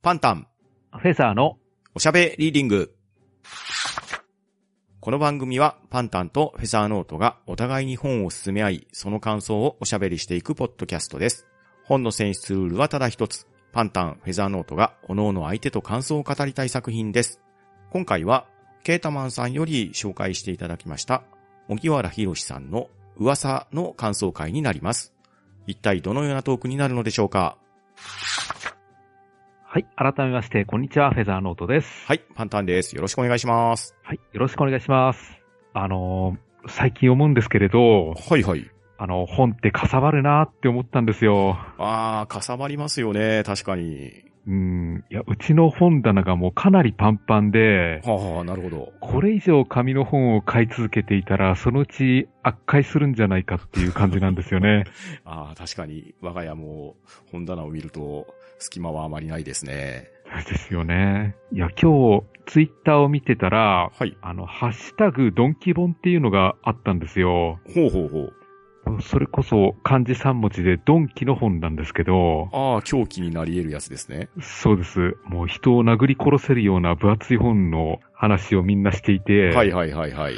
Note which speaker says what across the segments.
Speaker 1: パンタン、
Speaker 2: フェザーの
Speaker 1: おしゃべりーディング。この番組はパンタンとフェザーノートがお互いに本を進め合い、その感想をおしゃべりしていくポッドキャストです。本の選出ルールはただ一つ。パンタン、フェザーノートが各々相手と感想を語りたい作品です。今回は、ケータマンさんより紹介していただきました、荻原博さんの噂の感想会になります。一体どのようなトークになるのでしょうか
Speaker 2: はい、改めまして、こんにちは、フェザーノートです。
Speaker 1: はい、パンタンです。よろしくお願いします。
Speaker 2: はい、よろしくお願いします。あのー最近思うんですけれど、
Speaker 1: はいはい。
Speaker 2: あの、本ってかさばるなって思ったんですよ。
Speaker 1: あー、かさばりますよね、確かに。
Speaker 2: うん、いや、うちの本棚がもうかなりパンパンで、
Speaker 1: はあ、はあ、なるほど。
Speaker 2: これ以上紙の本を買い続けていたら、そのうち悪化するんじゃないかっていう感じなんですよね。
Speaker 1: あー、確かに、我が家も本棚を見ると、隙間はあまりないですね。
Speaker 2: ですよね。いや、今日、ツイッターを見てたら、
Speaker 1: はい。
Speaker 2: あの、ハッシュタグドンキ本っていうのがあったんですよ。
Speaker 1: ほうほうほう。
Speaker 2: それこそ漢字3文字でドンキの本なんですけど、
Speaker 1: あー、狂気になり得るやつですね。
Speaker 2: そうです。もう人を殴り殺せるような分厚い本の話をみんなしていて、
Speaker 1: はいはいはいはい。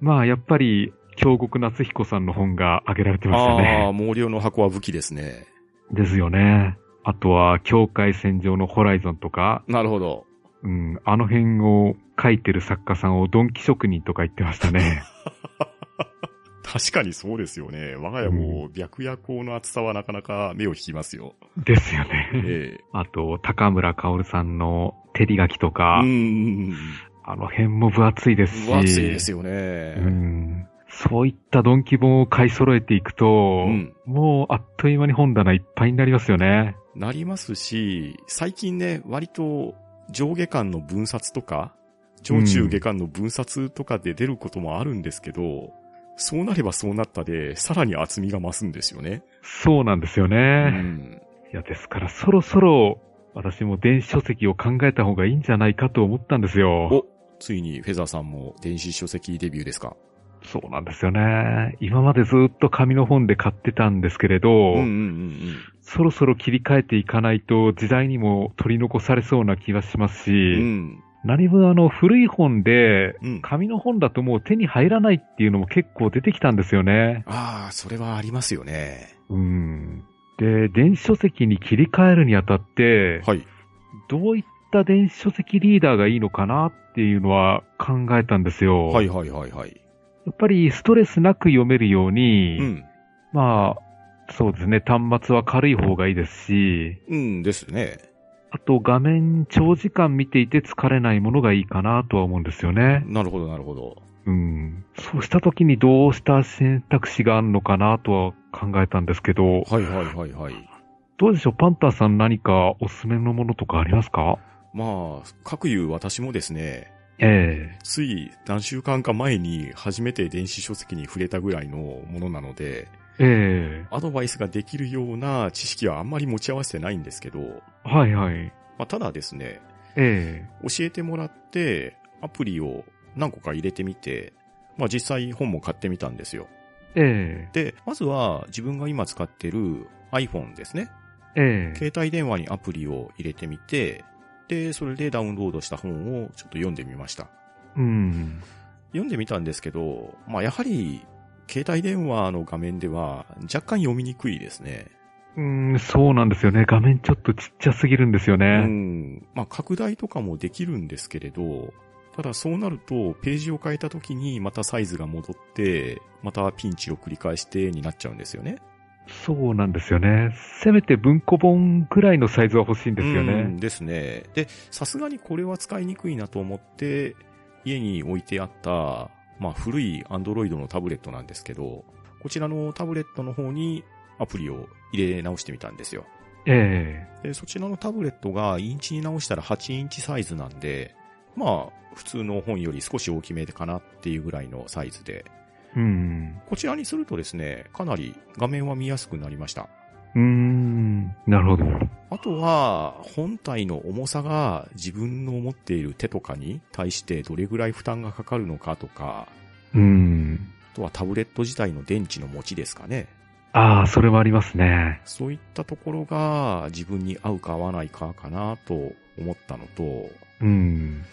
Speaker 2: まあやっぱり、京極夏彦さんの本が挙げられてました
Speaker 1: あ
Speaker 2: ね。
Speaker 1: ー、毛量の箱は武器ですね。
Speaker 2: ですよね。あとは、境界線上のホライゾンとか、
Speaker 1: なるほど。
Speaker 2: うん、あの辺を書いてる作家さんをドンキ職人とか言ってまし たね。
Speaker 1: 確かにそうですよね。我が
Speaker 2: 家も
Speaker 1: 白夜光の厚さはなかなか目を引きますよ。
Speaker 2: ですよね。
Speaker 1: ええ
Speaker 2: あと、高村薫さんの照り書きと
Speaker 1: う
Speaker 2: か、
Speaker 1: ん。
Speaker 2: あの辺も分厚いですし。
Speaker 1: 分厚いですよ
Speaker 2: う
Speaker 1: ね。
Speaker 2: んそういったドンキ本を買い揃えていくと、
Speaker 1: うん
Speaker 2: もうあっという間に本棚いっぱいになりますよね。
Speaker 1: なりますし、最近ね、割と上下間の分冊とか、上中下間の分冊とかで出ることもあるんですけど、そうなればそうなったで、さらに厚みが増すんですよね。
Speaker 2: そうなんですよ
Speaker 1: う
Speaker 2: ね。
Speaker 1: ん。
Speaker 2: いや、ですからそろそろ私も電子書籍を考えた方がいいんじゃないかと思ったんですよ。
Speaker 1: お、ついにフェザーさんも電子書籍デビューですか
Speaker 2: そうなんですよね。今までずっと紙の本で買ってたんですけれど、
Speaker 1: うんうんうん
Speaker 2: そろそろ切り替えていかないと時代にも取り残されそうな気がしますし、
Speaker 1: うん。うん。
Speaker 2: 何分あの古い本で
Speaker 1: うん。
Speaker 2: 紙の本だともう手に入らないっていうのも結構出てきたんですよね。
Speaker 1: ああ、それはありますよね。
Speaker 2: うん。で、電子書籍に切り替えるにあたって、
Speaker 1: はい。
Speaker 2: どういった電子書籍リーダーがいいのかなっていうのは考えたんですよ。
Speaker 1: はいはいはいはい。
Speaker 2: やっぱりストレスなく読めるように、
Speaker 1: うん。
Speaker 2: まあ、そうですね、端末は軽い方がいいですし、
Speaker 1: うんですね。
Speaker 2: あと画面長時間見ていて疲れないものがいいかなとは思うんですよね。
Speaker 1: なるほどなるほど。
Speaker 2: うん。そうした時にどうした選択肢があるのかなとは考えたんですけど、
Speaker 1: はいはいはいはい。
Speaker 2: どうでしょうパンタンさん何かおすすめのものとかありますか
Speaker 1: まあ、各言う私もですね、
Speaker 2: え
Speaker 1: つい何週間か前に初めて電子書籍に触れたぐらいのものなので、
Speaker 2: ええ
Speaker 1: アドバイスができるような知識はあんまり持ち合わせてないんですけど、
Speaker 2: えはいはい。
Speaker 1: まあ、ただですね、
Speaker 2: え
Speaker 1: 教えてもらってアプリを何個か入れてみて、まあ実際本も買ってみたんですよ。
Speaker 2: ええ
Speaker 1: で、まずは自分が今使ってる iPhone ですね。
Speaker 2: えええ
Speaker 1: 携帯電話にアプリを入れてみて、で、それでダウンロードした本をちょっと読んでみました。
Speaker 2: うん。
Speaker 1: 読んでみたんですけど、まあやはり、携帯電話の画面では若干読みにくいですね。
Speaker 2: うん、そうなんですよね。画面ちょっとちっちゃすぎるんですよ
Speaker 1: う
Speaker 2: ね。
Speaker 1: ん。まあ拡大とかもできるんですけれど、ただそうなると、ページを変えた時にまたサイズが戻って、またピンチを繰り返してになっちゃうんですよね。
Speaker 2: そうなんですよね。せめて文庫本ぐらいのサイズは欲しいんですよ
Speaker 1: う
Speaker 2: ね
Speaker 1: ん。ですね。で、さすがにこれは使いにくいなと思って、家に置いてあった、まあ古い Android のタブレットなんですけど、こちらのタブレットの方にアプリを入れ直してみたんですよ。
Speaker 2: え
Speaker 1: でそちらのタブレットがインチに直したら8インチサイズなんで、まあ普通の本より少し大きめかなっていうぐらいのサイズで、
Speaker 2: えうん。
Speaker 1: こちらにするとですね、かなり画面は見やすくなりました。
Speaker 2: うん。なるほど。
Speaker 1: あとは、本体の重さが自分の持っている手とかに対してどれぐらい負担がかかるのかとか、
Speaker 2: うん。
Speaker 1: あとはタブレット自体の電池の持ちですかね。
Speaker 2: ああ、それはありますね。
Speaker 1: そういったところが自分に合うか合わないかかなと思ったのと、
Speaker 2: うん。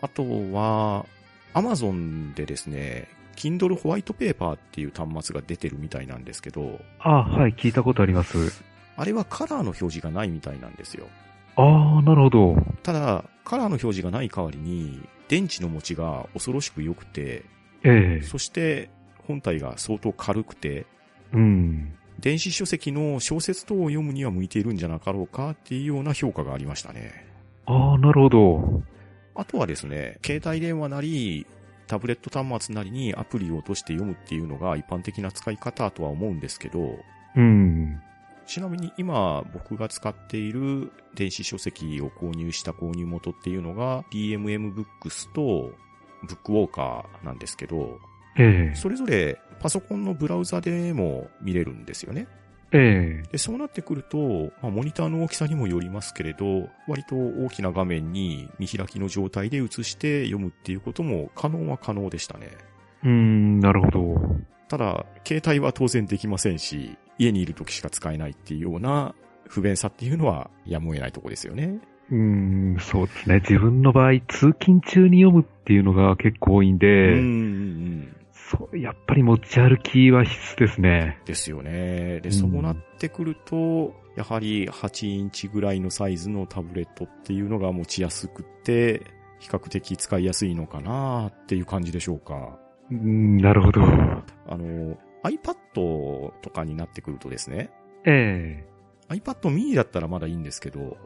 Speaker 1: あとは、アマゾンでですね、Kindle ホワイトペーパーっていう端末が出てるみたいなんですけど、
Speaker 2: ああ、はい、聞いたことあります。
Speaker 1: あれはカラーの表示がないみたいなんですよ。
Speaker 2: ああ、なるほど。
Speaker 1: ただ、カラーの表示がない代わりに、電池の持ちが恐ろしく良くて、
Speaker 2: ええ
Speaker 1: そして本体が相当軽くて、
Speaker 2: うん。
Speaker 1: 電子書籍の小説等を読むには向いているんじゃなかろうかっていうような評価がありましたね。
Speaker 2: ああ、なるほど。
Speaker 1: あとはですね、携帯電話なり、タブレット端末なりにアプリを落として読むっていうのが一般的な使い方とは思うんですけど、
Speaker 2: うん。
Speaker 1: ちなみに今僕が使っている電子書籍を購入した購入元っていうのが DMM ブックスとブックウォーカーなんですけど、
Speaker 2: ええ
Speaker 1: それぞれパソコンのブラウザでも見れるんですよね。
Speaker 2: ええ
Speaker 1: で、そうなってくると、まあ、モニターの大きさにもよりますけれど、割と大きな画面に見開きの状態で映して読むっていうことも可能は可能でしたね。
Speaker 2: うん、なるほど。
Speaker 1: ただ、携帯は当然できませんし、家にいる時しか使えないっていうような不便さっていうのはやむを得ないとこですよね。
Speaker 2: うん、そうですね。自分の場合、通勤中に読むっていうのが結構多いん
Speaker 1: う
Speaker 2: で、
Speaker 1: んうん
Speaker 2: そう、やっぱり持ち歩きは必須ですね。
Speaker 1: うん。ですよね。
Speaker 2: う
Speaker 1: で、
Speaker 2: ん
Speaker 1: そうなってくると、やはり8インチぐらいのサイズのタブレットっていうのが持ちやすくて、比較的使いやすいのかなっていう感じでしょうか。
Speaker 2: うん、なるほど。
Speaker 1: あの、iPad とかになってくるとですね、
Speaker 2: え
Speaker 1: iPad mini だったらまだいいんですけど、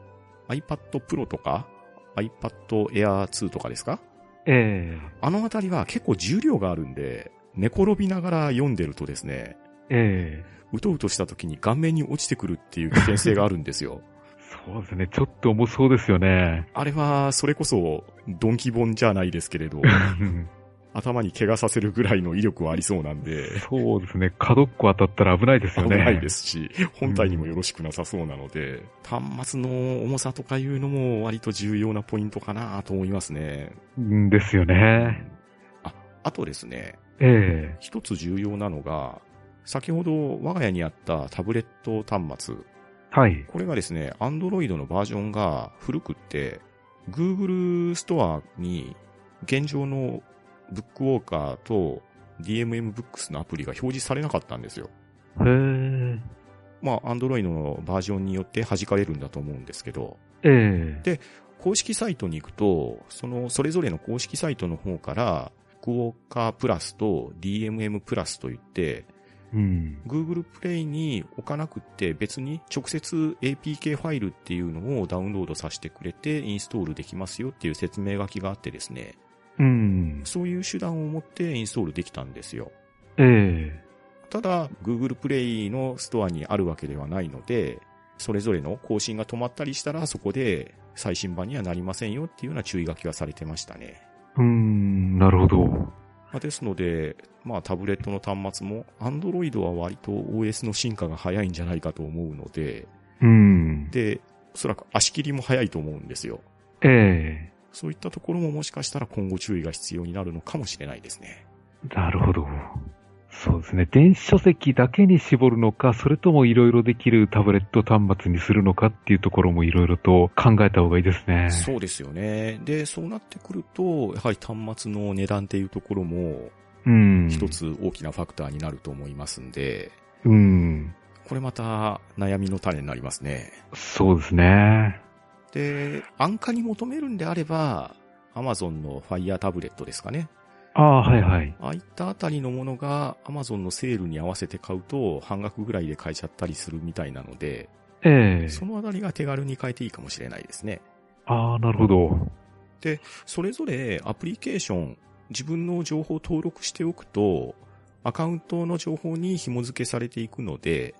Speaker 1: iPad Pro とか、iPad Air 2とかですか
Speaker 2: ええ
Speaker 1: あのあたりは結構重量があるんで、寝転びながら読んでるとですね、
Speaker 2: ええ
Speaker 1: うとうとした時に顔面に落ちてくるっていう危険性があるんですよ。
Speaker 2: そうですね。ちょっと重そうですよね。
Speaker 1: あれは、それこそ、ドンキ本じゃないですけれど、頭に怪我させるぐらいの威力はありそうなんで、
Speaker 2: そうですね。角っこ当たったら危ないですよ
Speaker 1: 危
Speaker 2: ね。
Speaker 1: ないですし、本体にもよろしくなさそうなので、端末の重さとかいうのも割と重要なポイントかなと思いますね。
Speaker 2: うんですよね。
Speaker 1: あ、あとですね、
Speaker 2: え
Speaker 1: 一つ重要なのが、先ほど我が家にあったタブレット端末、
Speaker 2: えはい。
Speaker 1: これがですね、Android のバージョンが古くって、Google ストアに現状のブックウォーカーと DMM ブックスのアプリが表示されなかったんですよ。
Speaker 2: へえ。
Speaker 1: まあ、Android のバージョンによって弾かれるんだと思うんですけど、
Speaker 2: ええ。
Speaker 1: 公式サイトに行くと、その、それぞれの公式サイトの方から、クォーカープラスと DMM プラスといって、
Speaker 2: うん。
Speaker 1: Google プレイに置かなくって別に直接 APK ファイルっていうのをダウンロードさせてくれてインストールできますよっていう説明書きがあってですね、
Speaker 2: うん。
Speaker 1: そういう手段を持ってインストールできたんですよ。
Speaker 2: ええ。
Speaker 1: ただ、Google プレイのストアにあるわけではないので、それぞれの更新が止まったりしたらそこで最新版にはなりませんよっていうような注意書きがされてましたね。
Speaker 2: うん、なるほど。
Speaker 1: まあですので、まあタブレットの端末も Android は割と OS の進化が早いんじゃないかと思うので、
Speaker 2: うん。
Speaker 1: で、おそらく足切りも早いと思うんですよ。
Speaker 2: ええ。
Speaker 1: そういったところももしかしたら今後注意が必要になるのかもしれないですね。
Speaker 2: なるほど。そうですね。電子書籍だけに絞るのか、それともいろいろできるタブレット端末にするのかっていうところもいろいろと考えた方がいいですね。
Speaker 1: そうですよね。で、そうなってくると、やはり端末の値段っていうところも
Speaker 2: うん。
Speaker 1: 一。つ大きなファクターになると思いますんで、
Speaker 2: うん。
Speaker 1: これまた悩みの種になりますね。
Speaker 2: そうですね。
Speaker 1: で、安価に求めるんであれば、Amazon の Fire タブレットですかね。
Speaker 2: ああ、はいはい。
Speaker 1: ああいったあたりのものが Amazon のセールに合わせて買うと半額ぐらいで買えちゃったりするみたいなので、
Speaker 2: ええ。
Speaker 1: そのあたりが手軽に変えていいかもしれないですね。
Speaker 2: ああ、なるほど。
Speaker 1: それぞれアプリケーション、自分の情報を登録しておくと、アカウントの情報に紐付けされていくので、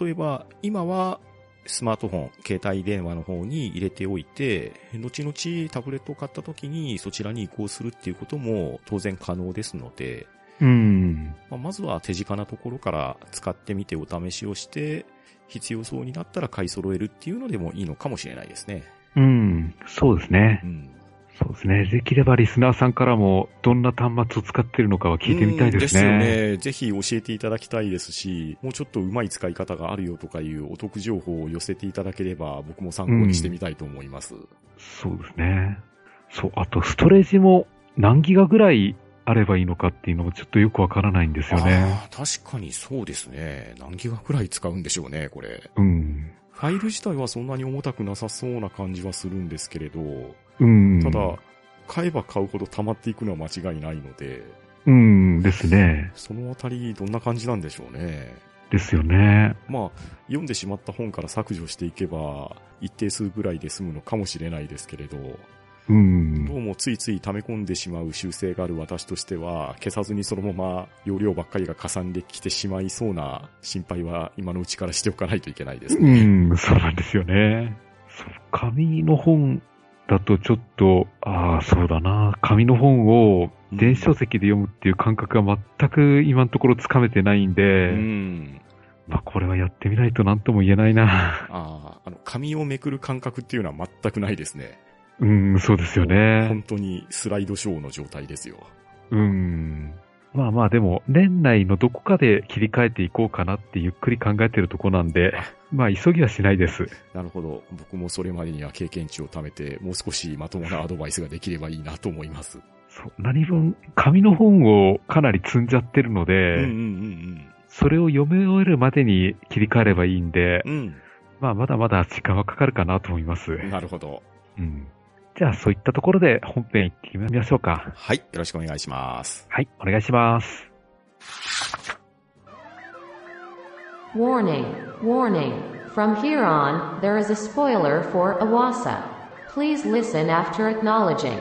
Speaker 1: 例えば今はスマートフォン、携帯電話の方に入れておいて、後々タブレットを買った時にそちらに移行するっていうことも当然可能ですので、
Speaker 2: うん。
Speaker 1: まあまずは手近なところから使ってみてお試しをして、必要そうになったら買い揃えるっていうのでもいいのかもしれないですね。
Speaker 2: うん。そうですね。
Speaker 1: うん。
Speaker 2: そうですね。できればリスナーさんからも、どんな端末を使ってるのかは聞いてみたいです
Speaker 1: うん
Speaker 2: ね。
Speaker 1: ですよね。ぜひ教えていただきたいですし、もうちょっとうまい使い方があるよとかいうお得情報を寄せていただければ、僕も参考にしてみたいと思います。
Speaker 2: そうですね。そう、あとストレージも何ギガぐらいあればいいのかっていうのもちょっとよくわからないんですよね。
Speaker 1: あー確かにそうですね。何ギガくらい使うんでしょうね、これ。
Speaker 2: うん。
Speaker 1: ファイル自体はそんなに重たくなさそうな感じはするんですけれど、
Speaker 2: うん。
Speaker 1: ただ、買えば買うほど溜まっていくのは間違いないので、
Speaker 2: うんですね。
Speaker 1: そのあたりどんな感じなんでしょうね。
Speaker 2: ですよね。
Speaker 1: まあ、読んでしまった本から削除していけば、一定数ぐらいで済むのかもしれないですけれど、
Speaker 2: う
Speaker 1: ど
Speaker 2: ん。
Speaker 1: うもついつい溜め込んでしまう習性がある私としては、消さずにそのまま容量ばっかりが加算できてしまいそうな心配は今のうちからしておかないといけないです
Speaker 2: う
Speaker 1: ね。
Speaker 2: ん、そうなんですよね。そう、紙の本だとちょっと、ああ、そうだな。紙の本を電子書籍で読むっていう感覚が全く今のところつかめてないん
Speaker 1: う
Speaker 2: で、
Speaker 1: ん。
Speaker 2: まあこれはやってみないと何とも言えないな。
Speaker 1: ああ、あの、紙をめくる感覚っていうのは全くないですね。
Speaker 2: うん、そうですよね。
Speaker 1: 本当にスライドショーの状態ですよ。
Speaker 2: うん。まあまあでも、年内のどこかで切り替えていこうかなってゆっくり考えてるとこなん で、まあ急ぎはしないです。
Speaker 1: なるほど。僕もそれまでには経験値を貯めて、もう少しまともなアドバイスができればいいなと思います。
Speaker 2: そう何分、紙の本をかなり積んじゃってるので、
Speaker 1: うんうん
Speaker 2: それを読み終えるまでに切り替えればいいんで、
Speaker 1: うんうん。
Speaker 2: まあまだまだ時間はかかるかなと思います。
Speaker 1: うん。なるほど。
Speaker 2: うん。じゃあそういったところで本編行ってみましょうか。
Speaker 1: はい。よろしくお願いします。
Speaker 2: はい、お願いします。
Speaker 3: Warning, warning. From here on, there is a spoiler for Awasa. Please listen after acknowledging.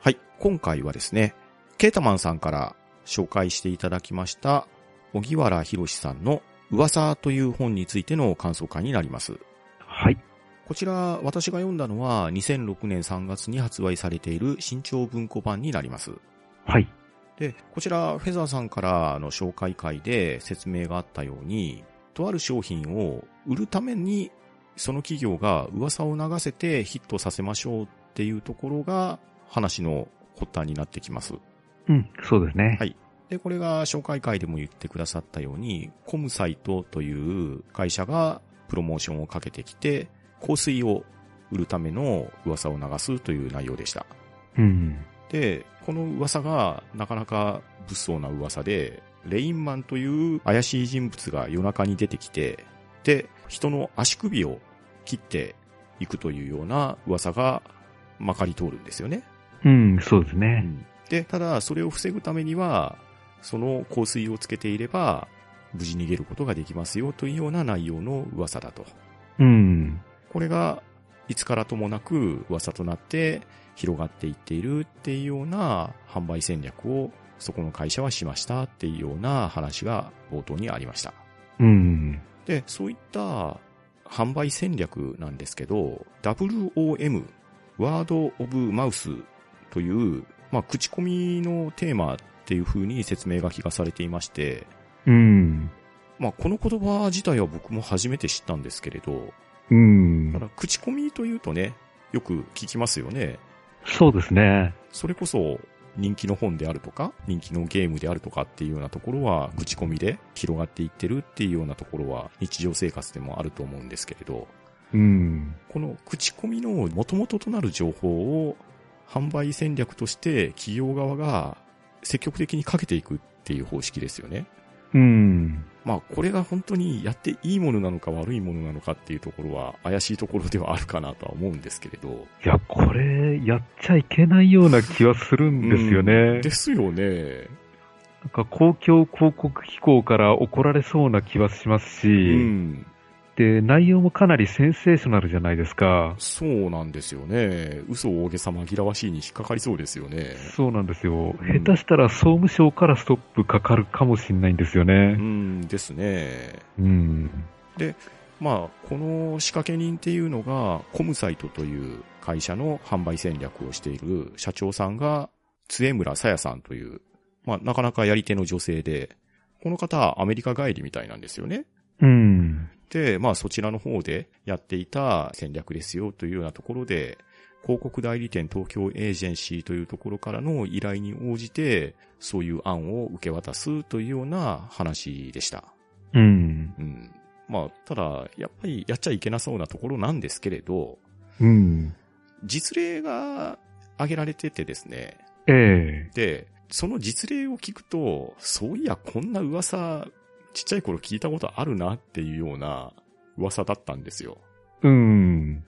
Speaker 1: はい。今回はですね、ケータマンさんから紹介していただきました、小木原博さんの噂という本についての感想会になります。
Speaker 2: はい。
Speaker 1: こちら、私が読んだのは2006年3月に発売されている新潮文庫版になります。
Speaker 2: はい。
Speaker 1: で、こちら、フェザーさんからの紹介会で説明があったように、とある商品を売るために、その企業が噂を流せてヒットさせましょうっていうところが話の発端になってきます。
Speaker 2: うん、そうですね。
Speaker 1: はいで、これが紹介会でも言ってくださったように、コムサイトという会社がプロモーションをかけてきて、香水を売るための噂を流すという内容でした。
Speaker 2: うん。
Speaker 1: で、この噂がなかなか物騒な噂で、レインマンという怪しい人物が夜中に出てきて、で、人の足首を切っていくというような噂がまかり通るんですよね。
Speaker 2: うん、そうですね。
Speaker 1: で、ただそれを防ぐためには、その香水をつけていれば、無事逃げることができますよというような内容の噂だと。
Speaker 2: うん。
Speaker 1: これが、いつからともなく噂となって広がっていっているっていうような販売戦略をそこの会社はしましたっていうような話が冒頭にありました。
Speaker 2: うん。
Speaker 1: で、そういった販売戦略なんですけど、WOM、ワード・オブ・マウスという、まあ、口コミのテーマっていう風に説明書きがされていまして、
Speaker 2: うん。
Speaker 1: まあ、この言葉自体は僕も初めて知ったんですけれど、
Speaker 2: うん
Speaker 1: た。だ、口コミというとね、よく聞きますよね。
Speaker 2: そうですね。
Speaker 1: それこそ、人気の本であるとか、人気のゲームであるとかっていうようなところは、口コミで広がっていってるっていうようなところは、日常生活でもあると思うんですけれど、
Speaker 2: うん。
Speaker 1: この口コミの元々となる情報を、販売戦略として企業側が積極的にかけていくっていう方式ですよね。
Speaker 2: うん。
Speaker 1: まあ、これが本当にやっていいものなのか悪いものなのかっていうところは怪しいところではあるかなとは思うんですけれど。
Speaker 2: いや、これ、やっちゃいけないような気はするんですよ
Speaker 1: うん
Speaker 2: ね。
Speaker 1: ですよね。
Speaker 2: なんか、公共広告機構から怒られそうな気はしますし、
Speaker 1: うん。
Speaker 2: で、内容もかなりセンセーショナルじゃないですか。
Speaker 1: そうなんですよね。嘘を大げさ紛らわしいに引っかかりそうですよね。
Speaker 2: そうなんですよ。
Speaker 1: うん
Speaker 2: 下手したら総務省からストップかかるかもしれないんですよ
Speaker 1: う
Speaker 2: ね。
Speaker 1: んですね。
Speaker 2: うん。
Speaker 1: まあ、この仕掛け人っていうのが、コムサイトという会社の販売戦略をしている社長さんが、津村さやさんという、まあ、なかなかやり手の女性で、この方、アメリカ帰りみたいなんですよね。、
Speaker 2: うん。
Speaker 1: まあそちらの方でやっていた戦略ですよというようなところで、広告代理店東京エージェンシーというところからの依頼に応じて、そういう案を受け渡すというような話でした。
Speaker 2: うん。
Speaker 1: うん。まあ、ただ、やっぱりやっちゃいけなそうなところなんですけれど、
Speaker 2: うん。
Speaker 1: 実例が挙げられててですね。
Speaker 2: ええ
Speaker 1: で、その実例を聞くと、そういや、こんな噂、ちっちゃい頃聞いたことあるなっていうような噂だったんですよ。
Speaker 2: うん。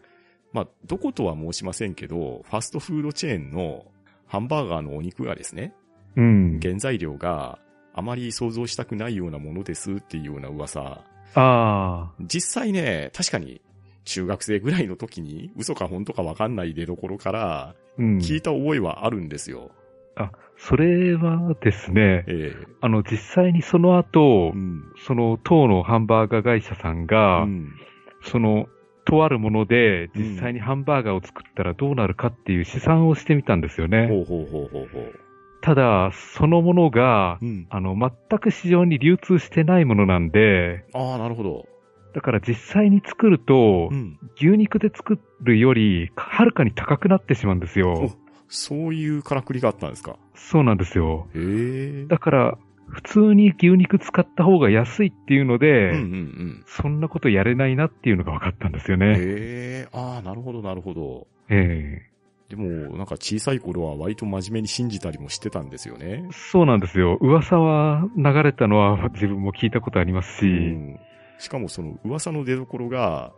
Speaker 1: まあ、どことは申しませんけど、ファストフードチェーンのハンバーガーのお肉がですね、
Speaker 2: うん。
Speaker 1: 原材料があまり想像したくないようなものですっていうような噂。
Speaker 2: ああ。
Speaker 1: 実際ね、確かに中学生ぐらいの時に嘘か本当かわかんない出どころから
Speaker 2: うん。
Speaker 1: 聞いた覚えはあるんですよ。
Speaker 2: あ、それはですね、
Speaker 1: え
Speaker 2: あの、実際にその後
Speaker 1: え。う、ん。
Speaker 2: その、当のハンバーガー会社さんが、
Speaker 1: うん
Speaker 2: その、とあるもので、
Speaker 1: うん
Speaker 2: 実際にハンバーガーを作ったらどうなるかっていう試算をしてみたんですよね。
Speaker 1: ほうほうほうほうほう。
Speaker 2: ただ、そのものが、
Speaker 1: うん。
Speaker 2: あの、全く市場に流通してないものなんで、
Speaker 1: ああ、なるほど。
Speaker 2: だから実際に作ると、
Speaker 1: ん。
Speaker 2: 牛肉で作るより、はるかに高くなってしまうんです
Speaker 1: お
Speaker 2: よ。
Speaker 1: そういうからくりがあったんですか。
Speaker 2: そうなんですよ。
Speaker 1: へえ。
Speaker 2: だから、普通に牛肉使った方が安いっていうので、
Speaker 1: うんうんうん。
Speaker 2: そんなことやれないなっていうのが分かったんですよね。
Speaker 1: へえ。ああ、なるほど、なるほど。
Speaker 2: え
Speaker 1: でも、なんか小さい頃は割と真面目に信じたりもしてたんですよね
Speaker 2: え。そうなんですよ。噂は流れたのは自分も聞いたことありますし、
Speaker 1: うんしかもその噂の出所が、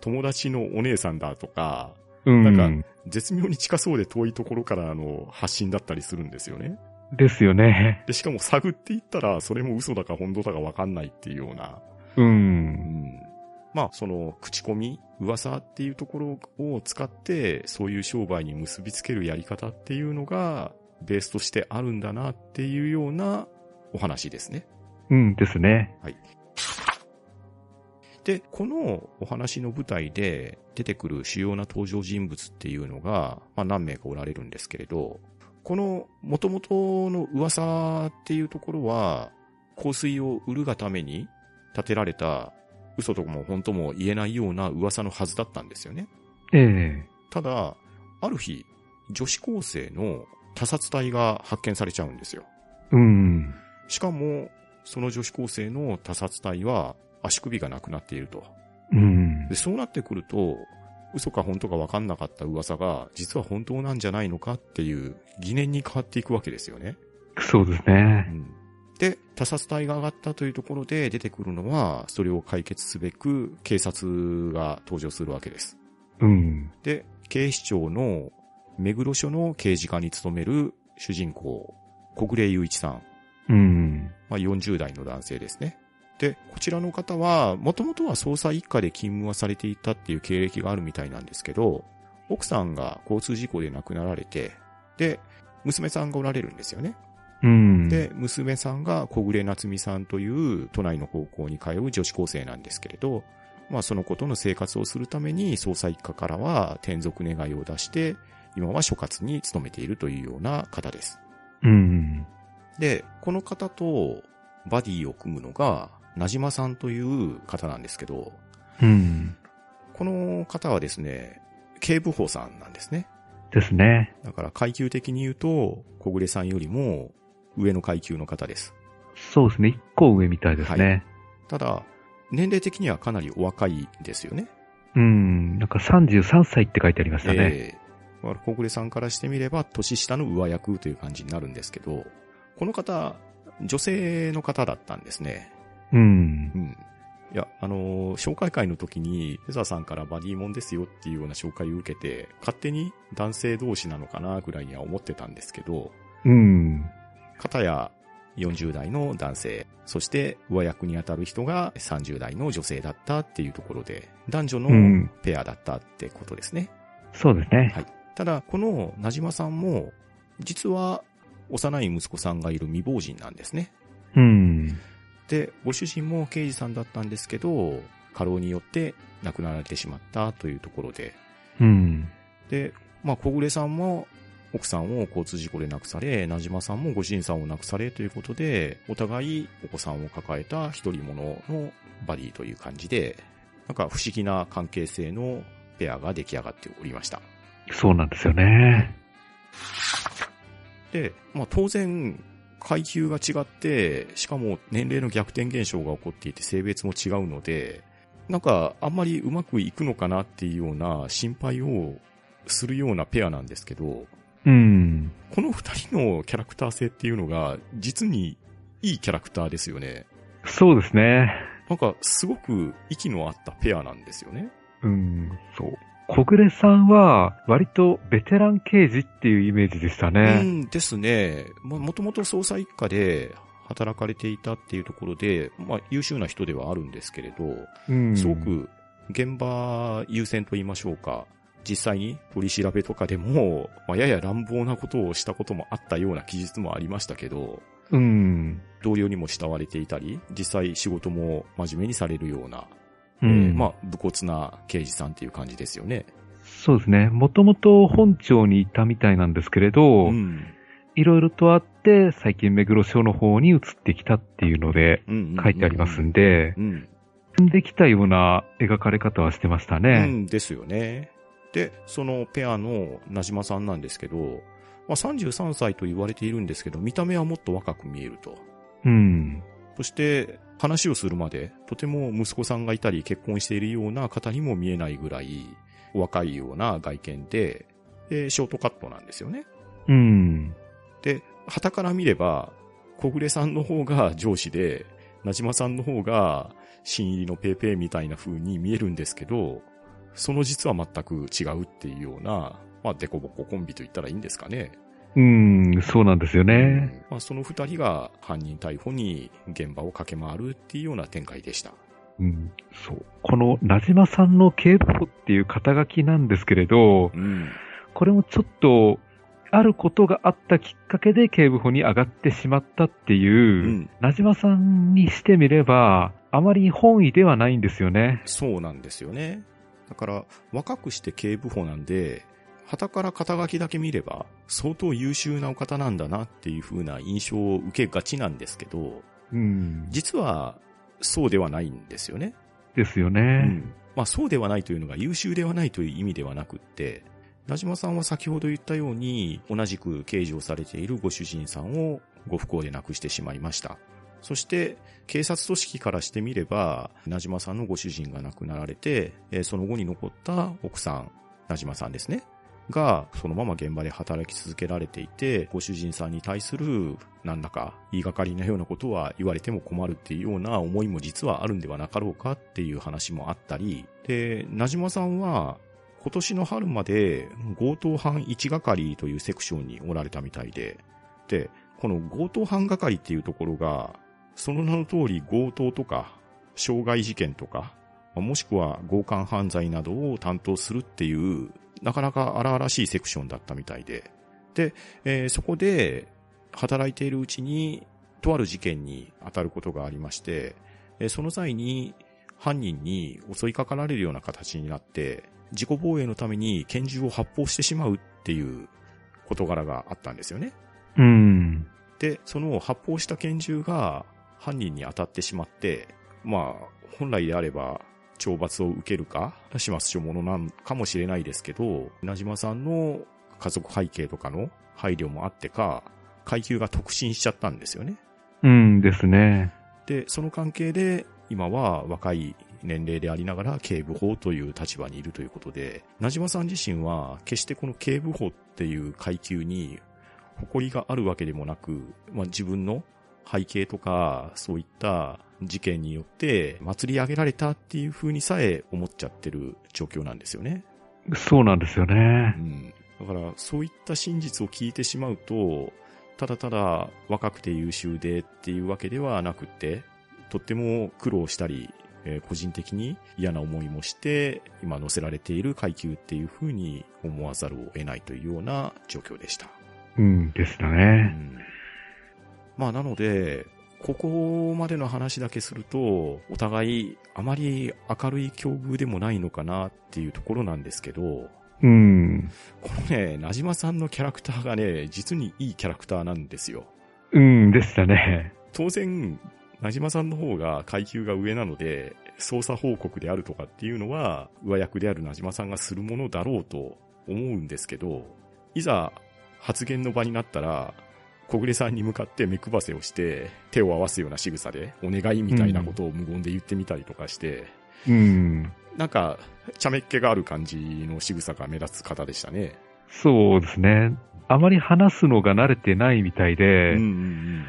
Speaker 1: 友達のお姉さんだとか、
Speaker 2: うん。
Speaker 1: なんか、絶妙に近そうで遠いところからの発信だったりするんですよね。
Speaker 2: ですよね。
Speaker 1: で、しかも探っていったら、それも嘘だか本当だかわかんないっていうような。
Speaker 2: う。
Speaker 1: うんん。まあ、その、口コミ、噂っていうところを使って、そういう商売に結びつけるやり方っていうのが、ベースとしてあるんだなっていうようなお話ですね。
Speaker 2: うんですね。
Speaker 1: で、このお話の舞台で出てくる主要な登場人物っていうのが、まあ何名かおられるんですけれど、この元々の噂っていうところは、香水を売るがために立てられた嘘とも本当も言えないような噂のはずだったんですよね。
Speaker 2: ええ
Speaker 1: ただ、ある日、女子高生の他殺体が発見されちゃうんですよ。
Speaker 2: うん。
Speaker 1: しかも、その女子高生の他殺体は足首がなくなっていると。
Speaker 2: うん
Speaker 1: で、。そうなってくると、嘘か本当か分かんなかった噂が、実は本当なんじゃないのかっていう疑念に変わっていくわけですよね。
Speaker 2: そうです
Speaker 1: う
Speaker 2: ね。
Speaker 1: ん。で、他殺体が上がったというところで出てくるのは、それを解決すべく警察が登場するわけです。
Speaker 2: うん。
Speaker 1: で、警視庁の目黒署の刑事課に勤める主人公、小暮雄一さん。
Speaker 2: うん。
Speaker 1: まあ、40代の男性ですね。で、こちらの方は、もともとは捜査一課で勤務はされていたっていう経歴があるみたいなんですけど、奥さんが交通事故で亡くなられて、で、娘さんがおられるんですよね。
Speaker 2: うん。
Speaker 1: で、娘さんが小暮夏美さんという都内の高校に通う女子高生なんですけれど、まあその子との生活をするために捜査一課からは転属願いを出して、今は所轄に勤めているというような方です。
Speaker 2: うん。
Speaker 1: で、この方とバディを組むのが、なじまさんという方なんですけど、
Speaker 2: うん。
Speaker 1: この方はですね、警部補さんなんですね。
Speaker 2: ですね。
Speaker 1: だから階級的に言うと、小暮さんよりも上の階級の方です。
Speaker 2: そうですね。一個上みたいですね。
Speaker 1: はただ、年齢的にはかなりお若いですよね。
Speaker 2: うん。なんか33歳って書いてありましたね。
Speaker 1: ええまあ小暮さんからしてみれば、年下の上役という感じになるんですけど、この方、女性の方だったんですね。
Speaker 2: うん
Speaker 1: う。ん。いや、あのー紹介会の時に、フェザーさんからバディモンですよっていうような紹介を受けて、勝手に男性同士なのかなぐらいには思ってたんですけど、
Speaker 2: うん。
Speaker 1: 片や40代の男性、そして上役に当たる人が30代の女性だったっていうところで、男女
Speaker 2: う
Speaker 1: の
Speaker 2: ん。
Speaker 1: ペアだったってことですね。
Speaker 2: そうですね。
Speaker 1: はい。ただ、このなじまさんも、実は幼い息子さんがいる未亡人なんですね。
Speaker 2: うん。
Speaker 1: で、ご主人も刑事さんだったんですけど、過労によって亡くなられてしまったというところで、
Speaker 2: うん。
Speaker 1: で、まあ、小暮さんも奥さんを交通事故で亡くされ、なじまさんもご主人さんを亡くされということで、お互いお子さんを抱えた一人者のバディという感じで、なんか不思議な関係性のペアが出来上がっておりました。
Speaker 2: そうなんですよね。
Speaker 1: で、まあ当然、階級が違って、しかも年齢の逆転現象が起こっていて性別も違うので、なんかあんまりうまくいくのかなっていうような心配をするようなペアなんですけど、
Speaker 2: うん。
Speaker 1: この二人のキャラクター性っていうのが実にいいキャラクターですよね。
Speaker 2: そうですね。
Speaker 1: なんかすごく息の合ったペアなんですよね。
Speaker 2: うん、そう。小暮さんは、割とベテラン刑事っていうイメージでした
Speaker 1: う
Speaker 2: ね。
Speaker 1: んですね。まあ、もともと捜査一課で働かれていたっていうところで、まあ、優秀な人ではあるんですけれど、
Speaker 2: うん。
Speaker 1: すご。く現場優先と言いましょうか。実際に取り調べとかでも、まあ、やや乱暴なことをしたこともあったような記述もありましたけど、
Speaker 2: うん。
Speaker 1: 同僚にも慕われていたり、実際仕事も真面目にされるような、え
Speaker 2: うん
Speaker 1: ーまあ、武骨な刑事さんっていう感じですよね。
Speaker 2: そうですね。もともと本庁にいたみたいなんですけれど、
Speaker 1: ん。
Speaker 2: いろいろとあって、最近目黒署の方に移ってきたっていうので、
Speaker 1: うんうんうん
Speaker 2: 書いてありますんで、
Speaker 1: うん。
Speaker 2: 積んできたような描かれ方はしてました
Speaker 1: う
Speaker 2: ね。
Speaker 1: んですよね。で、そのペアのなじまさんなんですけど、まあ、33歳と言われているんですけど、見た目はもっと若く見えると。
Speaker 2: うん。
Speaker 1: そして、話をするまで、とても息子さんがいたり結婚しているような方にも見えないぐらい、お若いような外見で、で、ショートカットなんですよね。
Speaker 2: うん。
Speaker 1: で、旗から見れば、小暮さんの方が上司で、なじまさんの方が新入りのペーペーみたいな風に見えるんですけど、その実は全く違うっていうような、まあ、デコボココンビと言ったらいいんですかね。
Speaker 2: うん、そうなんですよね。
Speaker 1: まあ、その二人が犯人逮捕に現場を駆け回るっていうような展開でした。
Speaker 2: うん、そう。この、なじまさんの警部補っていう肩書きなんですけれど、
Speaker 1: うん。
Speaker 2: これもちょっと、あることがあったきっかけで警部補に上がってしまったって
Speaker 1: う
Speaker 2: いう、
Speaker 1: ん。
Speaker 2: なじまさんにしてみれば、あまり本意ではないんですよね。
Speaker 1: そうなんですよね。だから、若くして警部補なんで、旗から肩書きだけ見れば、相当優秀なお方なんだなっていう風な印象を受けがちなんですけど、
Speaker 2: うん。
Speaker 1: 実は、そうではないんですよね。
Speaker 2: ですよ
Speaker 1: う
Speaker 2: ね。
Speaker 1: ん。まあ、そうではないというのが優秀ではないという意味ではなくって、なじまさんは先ほど言ったように、同じく刑事をされているご主人さんをご不幸で亡くしてしまいました。そして、警察組織からしてみれば、なじまさんのご主人が亡くなられて、えーその後に残った奥さん、なじまさんですね。が、そのまま現場で働き続けられていて、ご主人さんに対する、なんだか、言いがかりなようなことは言われても困るっていうような思いも実はあるんではなかろうかっていう話もあったり、で、なじまさんは、今年の春まで強盗犯一係というセクションにおられたみたいで、で、この強盗犯係っていうところが、その名の通り強盗とか、傷害事件とか、まあもしくは強姦犯罪などを担当するっていう、なかなか荒々しいセクションだったみたいで。で、えーそこで働いているうちに、とある事件に当たることがありまして、えーその際に犯人に襲いかかられるような形になって、自己防衛のために拳銃を発砲してしまうっていう事柄があったんですよね。
Speaker 2: うん。
Speaker 1: で、その発砲した拳銃が犯人に当たってしまって、まあ、本来であれば、懲罰を受けるか、始末書ものなんかもしれないですけど、なじまさんの家族背景とかの配慮もあってか、階級が特進しちゃったんですよね。
Speaker 2: うんですね。
Speaker 1: で、その関係で、今は若い年齢でありながら警部補という立場にいるということで、なじまさん自身は決してこの警部補っていう階級に誇りがあるわけでもなく、まあ、自分の背景とか、そういった事件によって祭り上げられたっていう風にさえ思っちゃってる状況なんですよね。
Speaker 2: そうなんですよね
Speaker 1: う。ん。だから、そういった真実を聞いてしまうと、ただただ若くて優秀でっていうわけではなくて、とっても苦労したり、えー個人的に嫌な思いもして、今乗せられている階級っていう風に思わざるを得ないというような状況でした。
Speaker 2: うんですよね。
Speaker 1: まあ、なので、ここまでの話だけすると、お互いあまり明るい境遇でもないのかなっていうところなんですけど、
Speaker 2: うん。
Speaker 1: このね、なじまさんのキャラクターがね、実にいいキャラクターなんですよ。
Speaker 2: うんでしたね。
Speaker 1: 当然、なじまさんの方が階級が上なので、捜査報告であるとかっていうのは、上役であるなじまさんがするものだろうと思うんですけど、いざ発言の場になったら、小暮さんに向かって目配せをして、手を合わすような仕草で、お願いみたいなことを無言で言ってみたりとかして、
Speaker 2: うん。
Speaker 1: なんか、茶目っ気がある感じの仕草が目立つ方でしたね。
Speaker 2: そうですね。あまり話すのが慣れてないみたいで、
Speaker 1: うんうん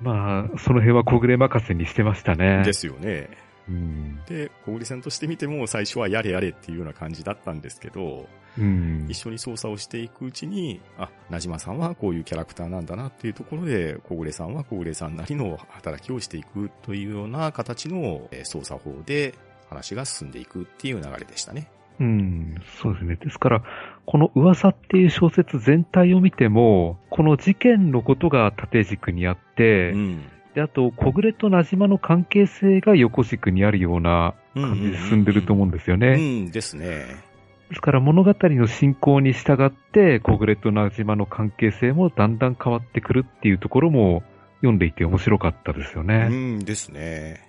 Speaker 2: まあ、その辺は小暮任せにしてました
Speaker 1: うん。
Speaker 2: ね。
Speaker 1: ですよね。
Speaker 2: うん。
Speaker 1: で、小暮さんとしてみても最初はやれやれっていうような感じだったんですけど、
Speaker 2: うん
Speaker 1: 一。緒に捜査をしていくうちに、あ、なじまさんはこういうキャラクターなんだなっていうところで、小暮さんは小暮さんなりの働きをしていくというような形のえー捜査法で話が進んでいくっていう流れでしたね。
Speaker 2: うん、そうですね。ですから、この噂っていう小説全体を見ても、この事件のことが縦軸にあって、
Speaker 1: ん。
Speaker 2: で、あと、小暮と名島の関係性が横軸にあるような
Speaker 1: うん
Speaker 2: 感じで進んでると思うんですよね。
Speaker 1: うんですね。
Speaker 2: ですから物語の進行に従って、小暮と名島の関係性もだんだん変わってくるっていうところも読んでいて面白かったですよ
Speaker 1: う
Speaker 2: ね。
Speaker 1: んですね。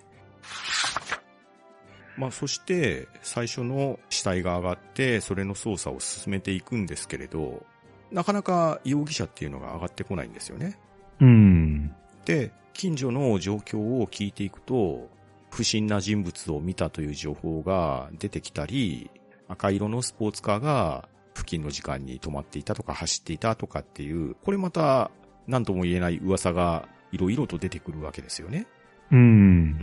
Speaker 1: まあそして、最初の死体が上がって、それの捜査を進めていくんですけれど、なかなか容疑者っていうのが上がってこないんですよね。
Speaker 2: うん。
Speaker 1: で、近所の状況を聞いていくと、不審な人物を見たという情報が出てきたり、赤色のスポーツカーが付近の時間に止まっていたとか走っていたとかっていう、これまた何とも言えない噂がいろいろと出てくるわけですよね。
Speaker 2: うん。
Speaker 1: う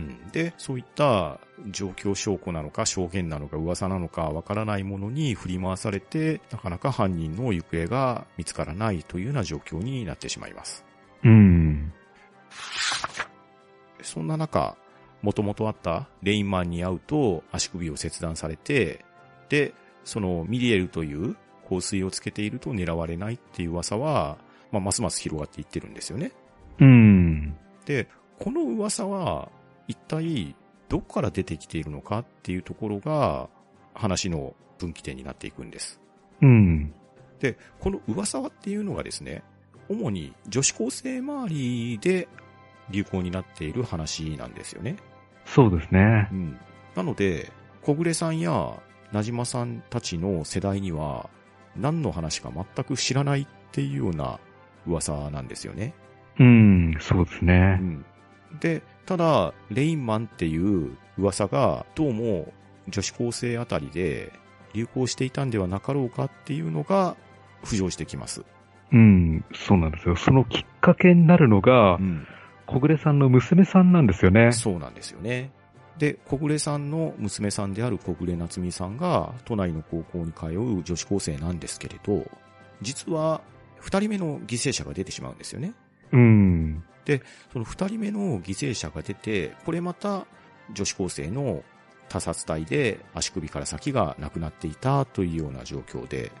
Speaker 1: んで、そういった状況証拠なのか証言なのか噂なのかわからないものに振り回されて、なかなか犯人の行方が見つからないというような状況になってしまいます。
Speaker 2: うん。
Speaker 1: そんな中、元々あったレインマンに会うと足首を切断されて、で、そのミリエルという香水をつけていると狙われないっていう噂は、まあ、ますます広がっていってるんですよね。
Speaker 2: うん。
Speaker 1: で、この噂は一体どこから出てきているのかっていうところが話の分岐点になっていくんです。
Speaker 2: うん。
Speaker 1: で、この噂はっていうのがですね、主に女子高生周りで流行になっている話なんですよね。
Speaker 2: そうですね
Speaker 1: う。ん。なので、小暮さんやなじまさんたちの世代には、何の話か全く知らないっていうような噂なんですよね。
Speaker 2: うん。そうですね。
Speaker 1: で、ただ、レインマンっていう噂が、どうも女子高生あたりで流行していたんではなかろうかっていうのが浮上してきます。
Speaker 2: うん、そうなんですよ。そのきっかけになるのが、小暮さんの娘さんなんですよね。
Speaker 1: そうなんですよね。で、小暮さんの娘さんである小暮夏美さんが、都内の高校に通う女子高生なんですけれど、実は、二人目の犠牲者が出てしまうんですよね。
Speaker 2: うん、
Speaker 1: その二人目の犠牲者が出て、これまた女子高生の他殺体で足首から先がなくなっていたというような状況で、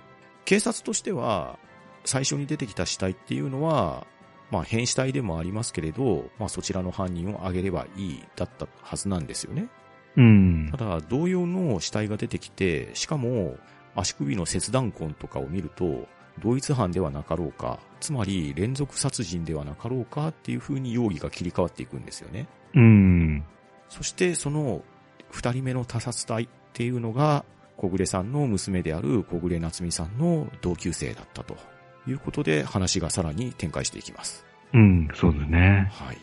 Speaker 1: 警察としては最初に出てきた死体っていうのは、まあ変死体でもありますけれど、まあそちらの犯人を挙げればいいだったはずなんですよね。
Speaker 2: うん
Speaker 1: た、だ同様の死体が出てきて、しかも足首の切断痕とかを見ると、同一犯ではなかろうか、つまり連続殺人ではなかろうかっていう風に容疑が切り替わっていくんですよね。
Speaker 2: うん、
Speaker 1: そしてその二人目の他殺体っていうのが、小暮さんの娘である小暮夏美さんの同級生だったということで話がさらに展開していきます。
Speaker 2: うん、そうですね。
Speaker 1: はい。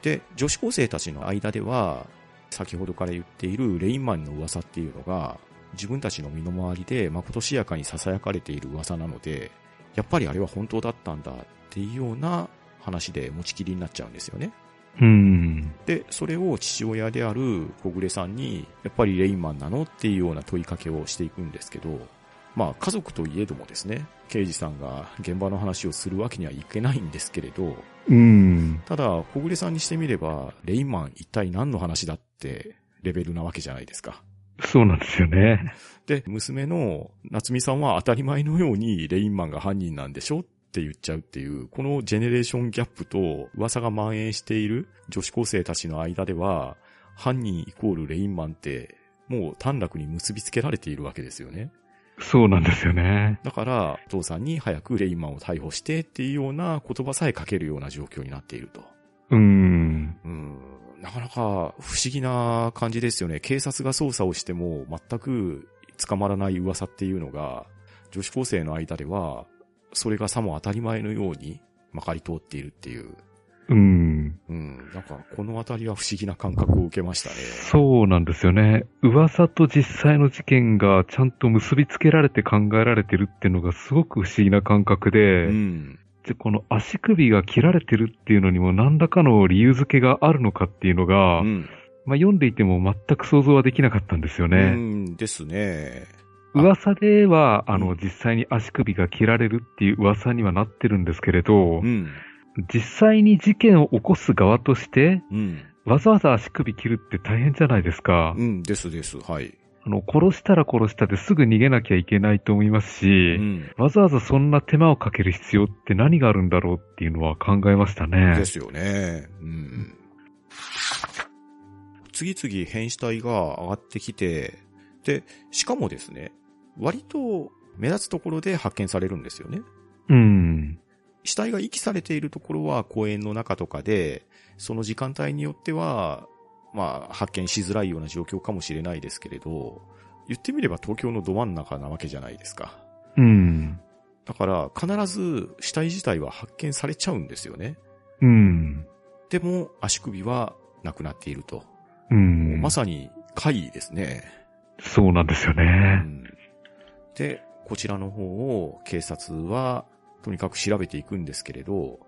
Speaker 1: で、女子高生たちの間では、先ほどから言っているレインマンの噂っていうのが、自分たちの身の回りでまことしやかに囁かれている噂なので、やっぱりあれは本当だったんだっていうような話で持ちきりになっちゃうんですよね。
Speaker 2: うん、
Speaker 1: で、それを父親である小暮さんに、やっぱりレインマンなのっていうような問いかけをしていくんですけど、まあ家族といえどもですね、刑事さんが現場の話をするわけにはいけないんですけれど、
Speaker 2: うん、
Speaker 1: ただ、小暮さんにしてみれば、レインマン一体何の話だってレベルなわけじゃないですか。
Speaker 2: そうなんですよね。
Speaker 1: で、娘の夏美さんは当たり前のようにレインマンが犯人なんでしょって言っちゃうっていう、このジェネレーションギャップと噂が蔓延している女子高生たちの間では、犯人イコールレインマンってもう短絡に結びつけられているわけですよね。
Speaker 2: そうなんですよね。
Speaker 1: だから、お父さんに早くレインマンを逮捕してっていうような言葉さえかけるような状況になっていると。
Speaker 2: うーん。
Speaker 1: うん、なかなか不思議な感じですよね。警察が捜査をしても全く捕まらない噂っていうのが、女子高生の間では、それがさも当たり前のようにまかり通っているっていう。
Speaker 2: うーん。
Speaker 1: うん、なんかこのあたりは不思議な感覚を受けましたね。
Speaker 2: そうなんですよね。噂と実際の事件がちゃんと結びつけられて考えられてるっていうのがすごく不思議な感覚で、
Speaker 1: うん。
Speaker 2: でこの足首が切られてるっていうのにも何らかの理由付けがあるのかっていうのが、
Speaker 1: うん。
Speaker 2: まあ、読んでいても全く想像はできなかったんですよ
Speaker 1: う
Speaker 2: ね。
Speaker 1: んですね。あ
Speaker 2: 噂では、あの、
Speaker 1: うん
Speaker 2: 実際に足首が切られるっていう噂にはなってるんですけれ
Speaker 1: う
Speaker 2: ど、
Speaker 1: ん。
Speaker 2: 実際に事件を起こす側として、
Speaker 1: うん。
Speaker 2: わざわざ足首切るって大変じゃないですか。
Speaker 1: うんですです。はい。
Speaker 2: あの、殺したら殺したですぐ逃げなきゃいけないと思いますし、
Speaker 1: うん。
Speaker 2: わざわざそんな手間をかける必要って何があるんだろうっていうのは考えましたね。
Speaker 1: ですよね。うん。次々変死体が上がってきて、で、しかもですね、割と目立つところで発見されるんですよね。
Speaker 2: うん。
Speaker 1: 死体が遺棄されているところは公園の中とかで、その時間帯によっては、まあ、発見しづらいような状況かもしれないですけれど、言ってみれば東京のど真ん中なわけじゃないですか。
Speaker 2: うん。
Speaker 1: だから、必ず死体自体は発見されちゃうんですよね。
Speaker 2: うん。
Speaker 1: でも、足首はなくなっていると。
Speaker 2: うん。
Speaker 1: まさに怪異ですね。
Speaker 2: そうなんですよ
Speaker 1: う
Speaker 2: ね。
Speaker 1: んで、こちらの方を警察はとにかく調べていくんですけれど、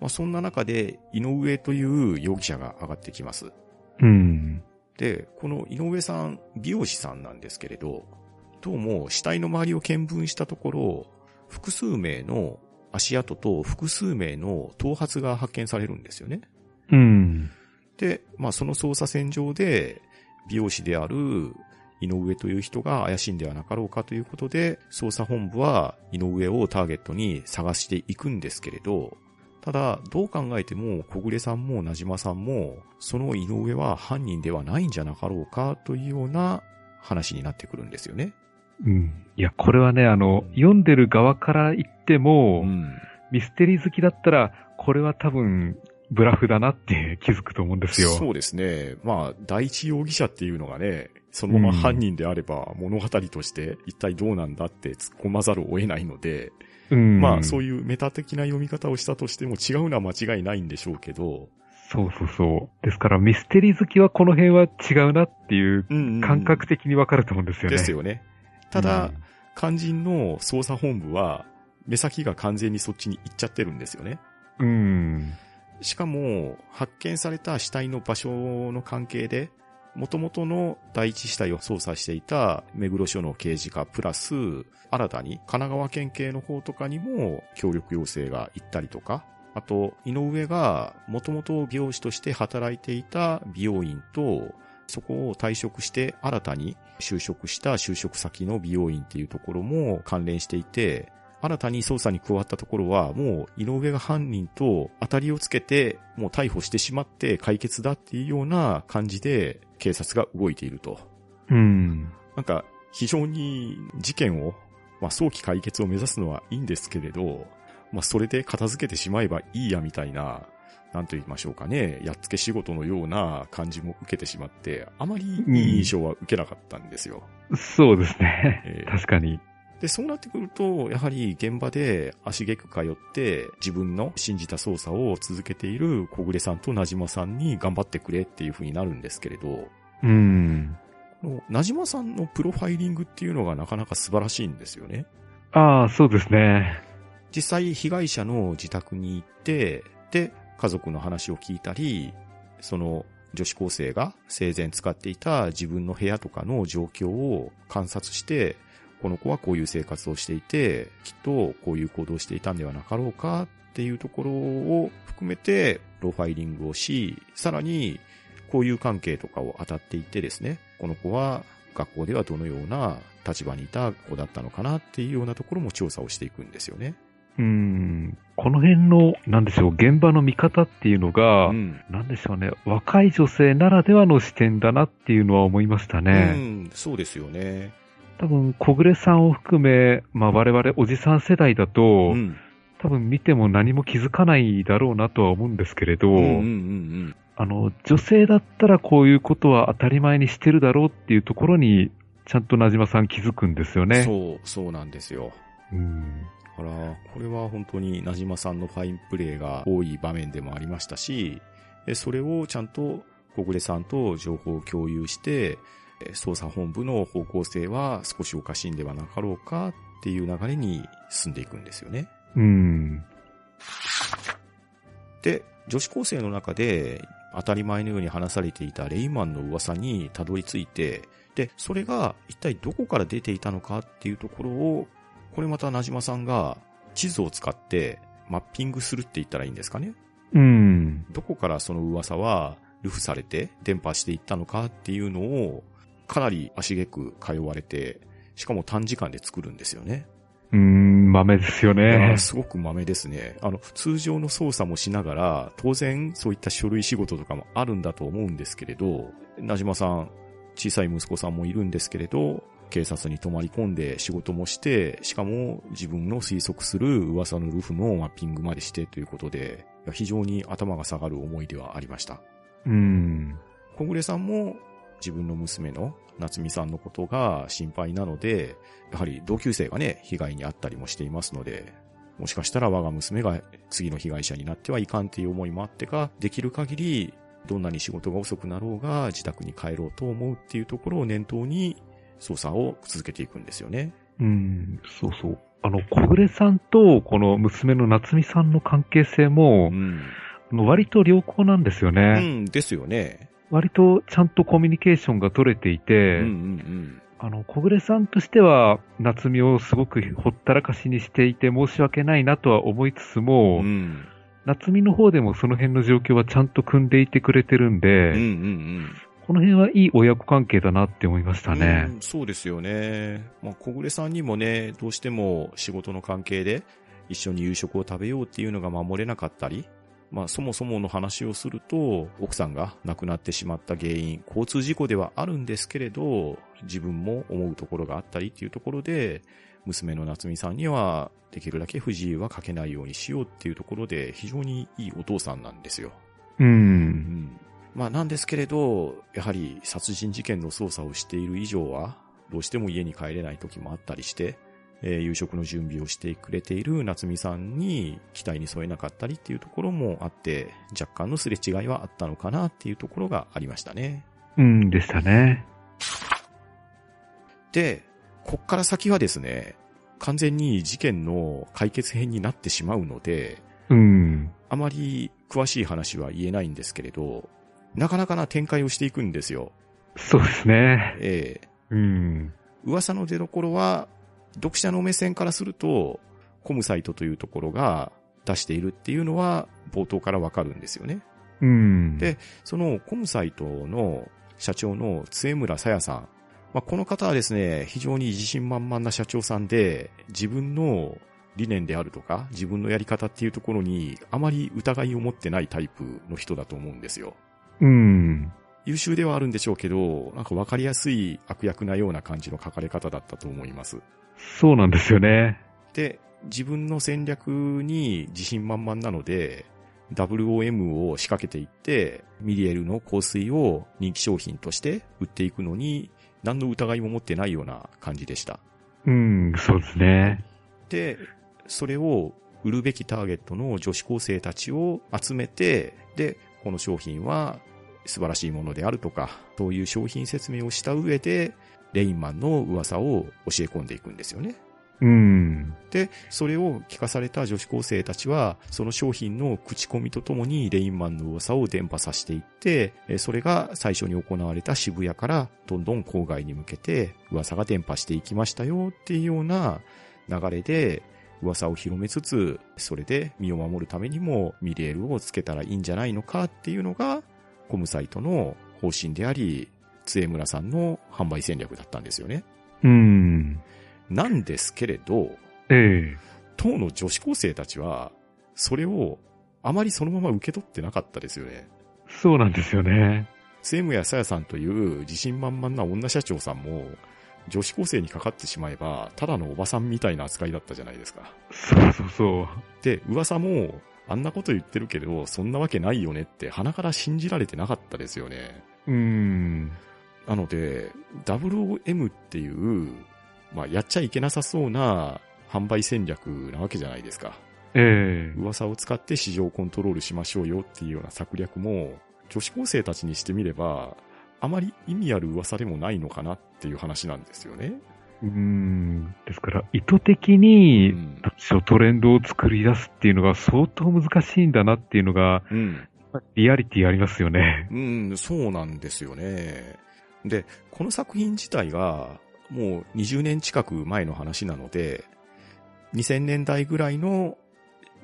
Speaker 1: まあ、そんな中で井上という容疑者が上がってきます。
Speaker 2: うん。
Speaker 1: で、この井上さん、美容師さんなんですけれど、どうも死体の周りを見分したところ、複数名の足跡と複数名の頭髪が発見されるんですよね。
Speaker 2: うん。
Speaker 1: で、まあその捜査線上で、美容師である井上という人が怪しいんではなかろうかということで、捜査本部は井上をターゲットに探していくんですけれど、ただ、どう考えても、小暮さんも名島さんも、その井上は犯人ではないんじゃなかろうかというような話になってくるんですよね。
Speaker 2: うん。いや、これはね、あの、読んでる側から言っても、
Speaker 1: ん。
Speaker 2: ミステリー好きだったら、これは多分、ブラフだなって気づくと思うんですよ。
Speaker 1: そうですね。まあ、第一容疑者っていうのがね、そのまま犯人であれば物語として一体どうなんだって突っ込まざるを得ないので、
Speaker 2: うん。
Speaker 1: まあそう
Speaker 2: いう。
Speaker 1: いうメタ的な読み方をしたとしても違うのは間違いないんでしょうけど、
Speaker 2: そうそうそう。ですから、ミステリー好きはこの辺は違うなっていう
Speaker 1: うんうんうん
Speaker 2: 感覚的にわかると思うんですよね。
Speaker 1: ですよね。ただ、肝心の捜査本部は目先が完全にそっちに行っちゃってるんですよね。
Speaker 2: うん、うん。
Speaker 1: しかも、発見された死体の場所の関係で、元々の第一死体を捜査していた目黒署の刑事課プラス、新たに神奈川県警の方とかにも協力要請が行ったりとか、あと、井上が元々美容師として働いていた美容院と、そこを退職して新たに就職した就職先の美容院っていうところも関連していて、新たに捜査に加わったところは、もう井上が犯人と当たりをつけて、もう逮捕してしまって解決だっていうような感じで警察が動いていると。
Speaker 2: うん。
Speaker 1: なんか、非常に事件を、まあ早期解決を目指すのはいいんですけれど、まあそれで片付けてしまえばいいやみたいな、なんと言いましょうかね、やっつけ仕事のような感じも受けてしまって、あまりいい印象は受けなかったんですよ。
Speaker 2: そうですね。
Speaker 1: えー
Speaker 2: 確かに。
Speaker 1: で、そうなってくると、やはり現場で足げく通って、自分の信じた捜査を続けている小暮さんとなじまさんに頑張ってくれっていう風になるんですけれど、
Speaker 2: うん。
Speaker 1: このなじまさんのプロファイリングっていうのがなかなか素晴らしいんですよね。
Speaker 2: ああ、そうですね。
Speaker 1: 実際被害者の自宅に行って、で、家族の話を聞いたり、その女子高生が生前使っていた自分の部屋とかの状況を観察して、この子はこういう生活をしていて、きっとこういう行動をしていたんではなかろうかっていうところを含めて、プロファイリングをし、さらに交友関係とかを当たっていってですね、この子は学校ではどのような立場にいた子だったのかなっていうようなところも調査をしていくんですよね。
Speaker 2: うん、この辺の、なんでしょう、現場の見方っていうのが、
Speaker 1: うん。
Speaker 2: なんでしょうね、若い女性ならではの視点だなっていうのは思いました
Speaker 1: う
Speaker 2: ね。
Speaker 1: ん、そうですよね。
Speaker 2: 多分、小暮さんを含め、まあ我々おじさん世代だと、
Speaker 1: うん。
Speaker 2: 多分見ても何も気づかないだろうなとは思うんですけれど、
Speaker 1: うんうんうん
Speaker 2: あの、女性だったらこういうことは当たり前にしてるだろうっていうところに、ちゃんとなじまさん気づくんですよ
Speaker 1: うん。
Speaker 2: ね。
Speaker 1: そう、そうなんですよ。
Speaker 2: うん。
Speaker 1: だから、これは本当になじまさんのファインプレーが多い場面でもありましたし、えそれをちゃんと小暮さんと情報を共有して、え捜査本部の方向性は少しおかしいんではなかろうかっていう流れに進んでいくんですよね。
Speaker 2: うん。
Speaker 1: で、女子高生の中で当たり前のように話されていたレイマンの噂にたどり着いて、で、それが一体どこから出ていたのかっていうところを、これまたなじまさんが地図を使ってマッピングするって言ったらいいんですかね。
Speaker 2: うん。
Speaker 1: どこからその噂は流布されて伝播していったのかっていうのをかなり足げく通われて、しかも短時間で作るんですよね。
Speaker 2: うん、豆ですよ
Speaker 1: いや
Speaker 2: ね
Speaker 1: ー。すごく豆ですね。あの、通常の操作もしながら、当然そういった書類仕事とかもあるんだと思うんですけれど、なじまさん、小さい息子さんもいるんですけれど、警察に泊まり込んで仕事もして、しかも自分の推測する噂のルフのマッピングまでしてということで、いや非常に頭が下がる思いではありました。
Speaker 2: うん。
Speaker 1: 小暮さんも自分の娘の夏美さんのことが心配なので、やはり同級生がね、被害に遭ったりもしていますので、もしかしたら我が娘が次の被害者になってはいかんっていう思いもあってか、できる限り、どんなに仕事が遅くなろうが自宅に帰ろうと思うっていうところを念頭に捜査を続けていくんですよね。
Speaker 2: うん、そうそう。あの、小暮さんと、この娘の夏美さんの関係性
Speaker 1: う
Speaker 2: も、
Speaker 1: ん。
Speaker 2: あの割と良好なんですよ
Speaker 1: う
Speaker 2: ね。
Speaker 1: ん、ですよね。
Speaker 2: 割とちゃんとコミュニケーションが取れてい
Speaker 1: うん
Speaker 2: て、
Speaker 1: うん
Speaker 2: あの、小暮さんとしては、夏美をすごくほったらかしにしていて申し訳ないなとは思いつつ
Speaker 1: うん。
Speaker 2: も、
Speaker 1: うん。
Speaker 2: 夏美の方でもその辺の状況はちゃんと組んでいてくれてるんで、
Speaker 1: うんうんうん。
Speaker 2: この辺はいい親子関係だなって思いましたね
Speaker 1: う。んそうですよね。まあ、小暮さんにもね、どうしても仕事の関係で一緒に夕食を食べようっていうのが守れなかったり、まあ、そもそもの話をすると、奥さんが亡くなってしまった原因、交通事故ではあるんですけれど、自分も思うところがあったりっていうところで、娘の夏美さんには、できるだけ不自由はかけないようにしようっていうところで、非常にいいお父さんなんですよ。
Speaker 2: う。
Speaker 1: うんんまあなんですけれど、やはり殺人事件の捜査をしている以上は、どうしても家に帰れない時もあったりして、えー夕食の準備をしてくれている夏美さんに期待に添えなかったりっていうところもあって、若干のすれ違いはあったのかなっていうところがありましたね。
Speaker 2: うんでしたね。
Speaker 1: で、こっから先はですね、完全に事件の解決編になってしまうので、
Speaker 2: うん。
Speaker 1: あまり詳しい話は言えないんですけれど、なかなかな展開をしていくんですよ。
Speaker 2: そうですね。
Speaker 1: えー
Speaker 2: うん。
Speaker 1: 噂の出所は、読者の目線からすると、コムサイトというところが出しているっていうのは、冒頭からわかるんですよね。
Speaker 2: うん。
Speaker 1: でそのコムサイトの社長の末村さやさん。まあ、この方はですね、非常に自信満々な社長さんで、自分の理念であるとか、自分のやり方っていうところに、あまり疑いを持ってないタイプの人だと思うんですよ。
Speaker 2: うん。
Speaker 1: 優秀ではあるんでしょうけど、なんかわかりやすい悪役なような感じの書かれ方だったと思います。
Speaker 2: そうなんですよね。
Speaker 1: で、自分の戦略に自信満々なので、WOM を仕掛けていって、ミリエルの香水を人気商品として売っていくのに、何の疑いも持ってないような感じでした。
Speaker 2: うん、そうですね。
Speaker 1: で、それを売るべきターゲットの女子高生たちを集めて、で、この商品は素晴らしいものであるとか、そういう商品説明をした上で、レインマンの噂を教え込んでいくんですよね。
Speaker 2: うん。
Speaker 1: で、それを聞かされた女子高生たちは、その商品の口コミとともにレインマンの噂を伝播させていって、えーそれが最初に行われた渋谷からどんどん郊外に向けて噂が伝播していきましたよっていうような流れで、噂を広めつつ、それで身を守るためにもミレールをつけたらいいんじゃないのかっていうのが、コムサイトの方針であり、杖村さんの販売戦略だったんですよね。
Speaker 2: うん。
Speaker 1: なんですけれど、
Speaker 2: ええ
Speaker 1: 当の女子高生たちは、それをあまりそのまま受け取ってなかったですよね。
Speaker 2: そうなんですよね。
Speaker 1: セムやさやさんという自信満々な女社長さんも、女子高生にかかってしまえば、ただのおばさんみたいな扱いだったじゃないですか。
Speaker 2: そうそうそう。
Speaker 1: で、噂も、あんなこと言ってるけど、そんなわけないよねって鼻から信じられてなかったですよね。
Speaker 2: うーん。
Speaker 1: なので、WOM っていう、まあ、やっちゃいけなさそうな販売戦略なわけじゃないですか。
Speaker 2: ええ
Speaker 1: 噂を使って市場をコントロールしましょうよっていうような策略も、女子高生たちにしてみれば、あまり意味ある噂でもないのかなっていう話なんですよね。
Speaker 2: うーん。ですから、意図的に、
Speaker 1: うん
Speaker 2: そうトレンドを作り出すっていうのが相当難しいんだなっていうのが、
Speaker 1: うん。
Speaker 2: リアリティありますよね。
Speaker 1: うん、そうなんですよね。で、この作品自体が、もう20年近く前の話なので、2000年代ぐらいの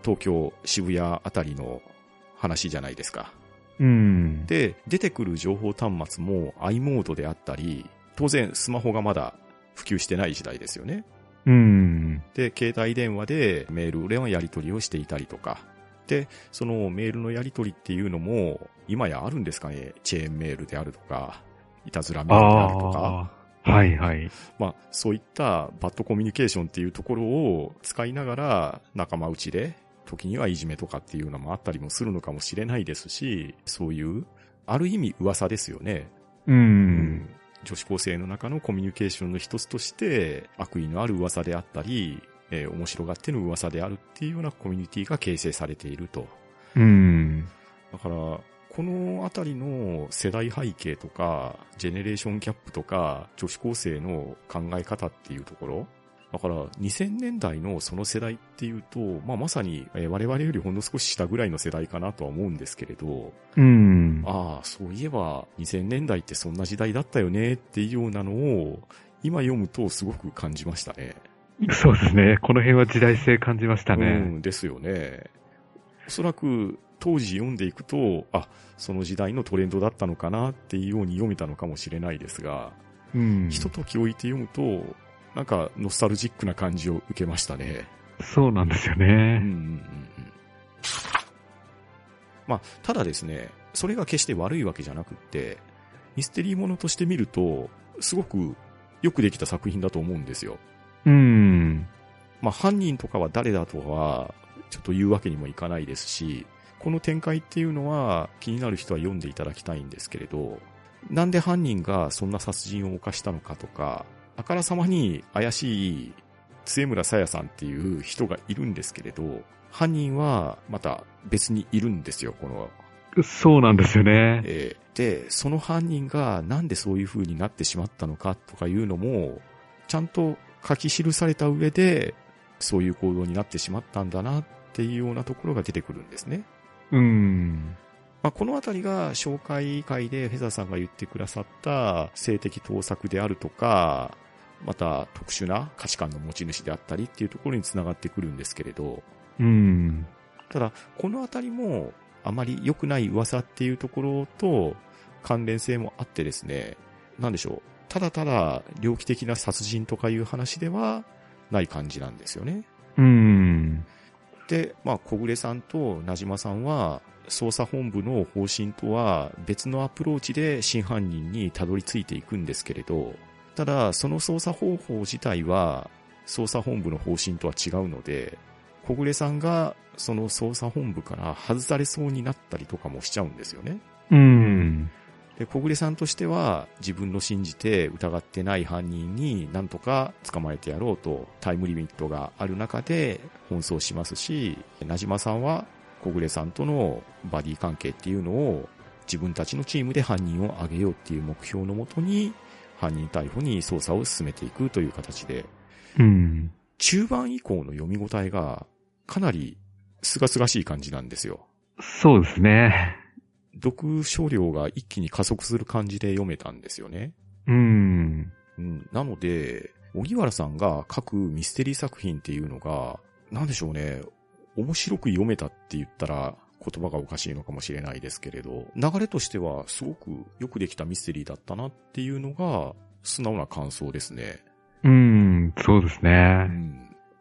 Speaker 1: 東京、渋谷あたりの話じゃないですか。
Speaker 2: うん。
Speaker 1: で、出てくる情報端末も i モードであったり、当然スマホがまだ普及してない時代ですよね。
Speaker 2: うん。
Speaker 1: で、携帯電話でメールでのやり取りをしていたりとか。で、そのメールのやり取りっていうのも、今やあるんですかねチェーンメールであるとか、いたずらメールであるとか。
Speaker 2: ああ。はいはい。
Speaker 1: まあ、そういったバッドコミュニケーションっていうところを使いながら仲間内で、時にはいじめとかっていうのもあったりもするのかもしれないですし、そういう、ある意味噂ですよね。
Speaker 2: う。
Speaker 1: うんん女子高生の中のコミュニケーションの一つとして、悪意のある噂であったり、えー面白がっての噂であるっていうようなコミュニティが形成されていると。
Speaker 2: うん。
Speaker 1: だから、このあたりの世代背景とか、ジェネレーションキャップとか、女子高生の考え方っていうところ、だから2000年代のその世代っていうと、まあ、まさにえー我々よりほんの少し下ぐらいの世代かなとは思うんですけれど、
Speaker 2: うん。
Speaker 1: ああ、そういえば2000年代ってそんな時代だったよねっていうようなのを今読むとすごく感じましたね。
Speaker 2: そうですね。この辺は時代性感じました
Speaker 1: う
Speaker 2: ね。
Speaker 1: ん、ですよね。おそらく当時読んでいくと、あ、その時代のトレンドだったのかなっていうように読めたのかもしれないですが、
Speaker 2: うん。
Speaker 1: ひととき置いて読むと、なんかノスタルジックな感じを受けましたね。
Speaker 2: そうなんですよ
Speaker 1: うんうん
Speaker 2: ね。
Speaker 1: うんうんまあ、ただですね、それが決して悪いわけじゃなくって、ミステリーものとして見ると、すごくよくできた作品だと思うんですよ。
Speaker 2: うん。
Speaker 1: まあ、犯人とかは誰だとは、ちょっと言うわけにもいかないですし、この展開っていうのは気になる人は読んでいただきたいんですけれど、なんで犯人がそんな殺人を犯したのかとか、あからさまに怪しい末村さやさんっていう人がいるんですけれど、犯人はまた別にいるんですよ、この
Speaker 2: そうなんですよね。
Speaker 1: えーで、その犯人がなんでそういう風になってしまったのかとかいうのも、ちゃんと書き記された上で、そういう行動になってしまったんだなっていうようなところが出てくるんですね。
Speaker 2: うん。
Speaker 1: まあ、このあたりが紹介会でフェザーさんが言ってくださった性的盗作であるとか、また特殊な価値観の持ち主であったりっていうところにつながってくるんですけれど、
Speaker 2: うん。
Speaker 1: ただ、このあたりも、あまり良くない噂っていうところと関連性もあってですね、なんでしょう。ただただ、猟奇的な殺人とかいう話ではない感じなんですよね。
Speaker 2: うん。
Speaker 1: で、まあ、小暮さんと名島さんは、捜査本部の方針とは別のアプローチで真犯人にたどり着いていくんですけれど、ただ、その捜査方法自体は、捜査本部の方針とは違うので、小暮さんがその捜査本部から外されそうになったりとかもしちゃうんですよね。
Speaker 2: うん。
Speaker 1: で、小暮さんとしては自分の信じて疑ってない犯人になんとか捕まえてやろうとタイムリミットがある中で奔走しますし、なじまさんは小暮さんとのバディ関係っていうのを自分たちのチームで犯人を挙げようっていう目標のもとに犯人逮捕に捜査を進めていくという形で、
Speaker 2: うん。
Speaker 1: 中盤以降の読み応えがかなり清々しい感じなんですよ。
Speaker 2: そうですね。
Speaker 1: 読書量が一気に加速する感じで読めたんですよね。
Speaker 2: うん。
Speaker 1: うん、なので、荻原さんが書くミステリー作品っていうのが、なんでしょうね、面白く読めたって言ったら言葉がおかしいのかもしれないですけれど、流れとしてはすごくよくできたミステリーだったなっていうのが素直な感想ですね。
Speaker 2: うん。そうですね。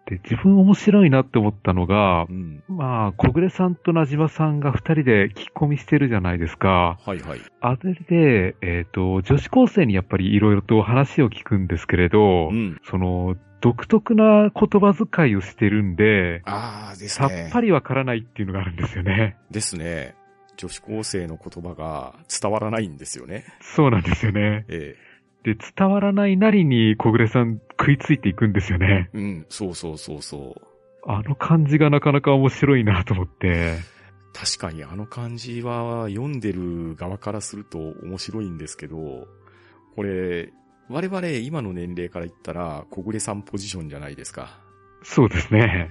Speaker 2: で、自分面白いなって思ったのが、
Speaker 1: うん。
Speaker 2: まあ、小暮さんとなじまさんが二人で聞き込みしてるじゃないですか。
Speaker 1: はいはい。
Speaker 2: あれで、えっ、と、女子高生にやっぱりいろいろと話を聞くんですけれど、
Speaker 1: うん。
Speaker 2: その、独特な言葉遣いをしてるんで、
Speaker 1: あーです
Speaker 2: さっ
Speaker 1: ね。
Speaker 2: ぱりわからないっていうのがあるんですよね。
Speaker 1: ですね。女子高生の言葉が伝わらないんですよね。
Speaker 2: そうなんですよね。
Speaker 1: え
Speaker 2: で、伝わらないなりに小暮さん食いついていくんですよね。
Speaker 1: えうん。そうそうそうそう。
Speaker 2: あの感じがなかなか面白いなと思って。
Speaker 1: 確かにあの感じは読んでる側からすると面白いんですけど、これ、我々今の年齢から言ったら小暮さんポジションじゃないですか。
Speaker 2: そうですね。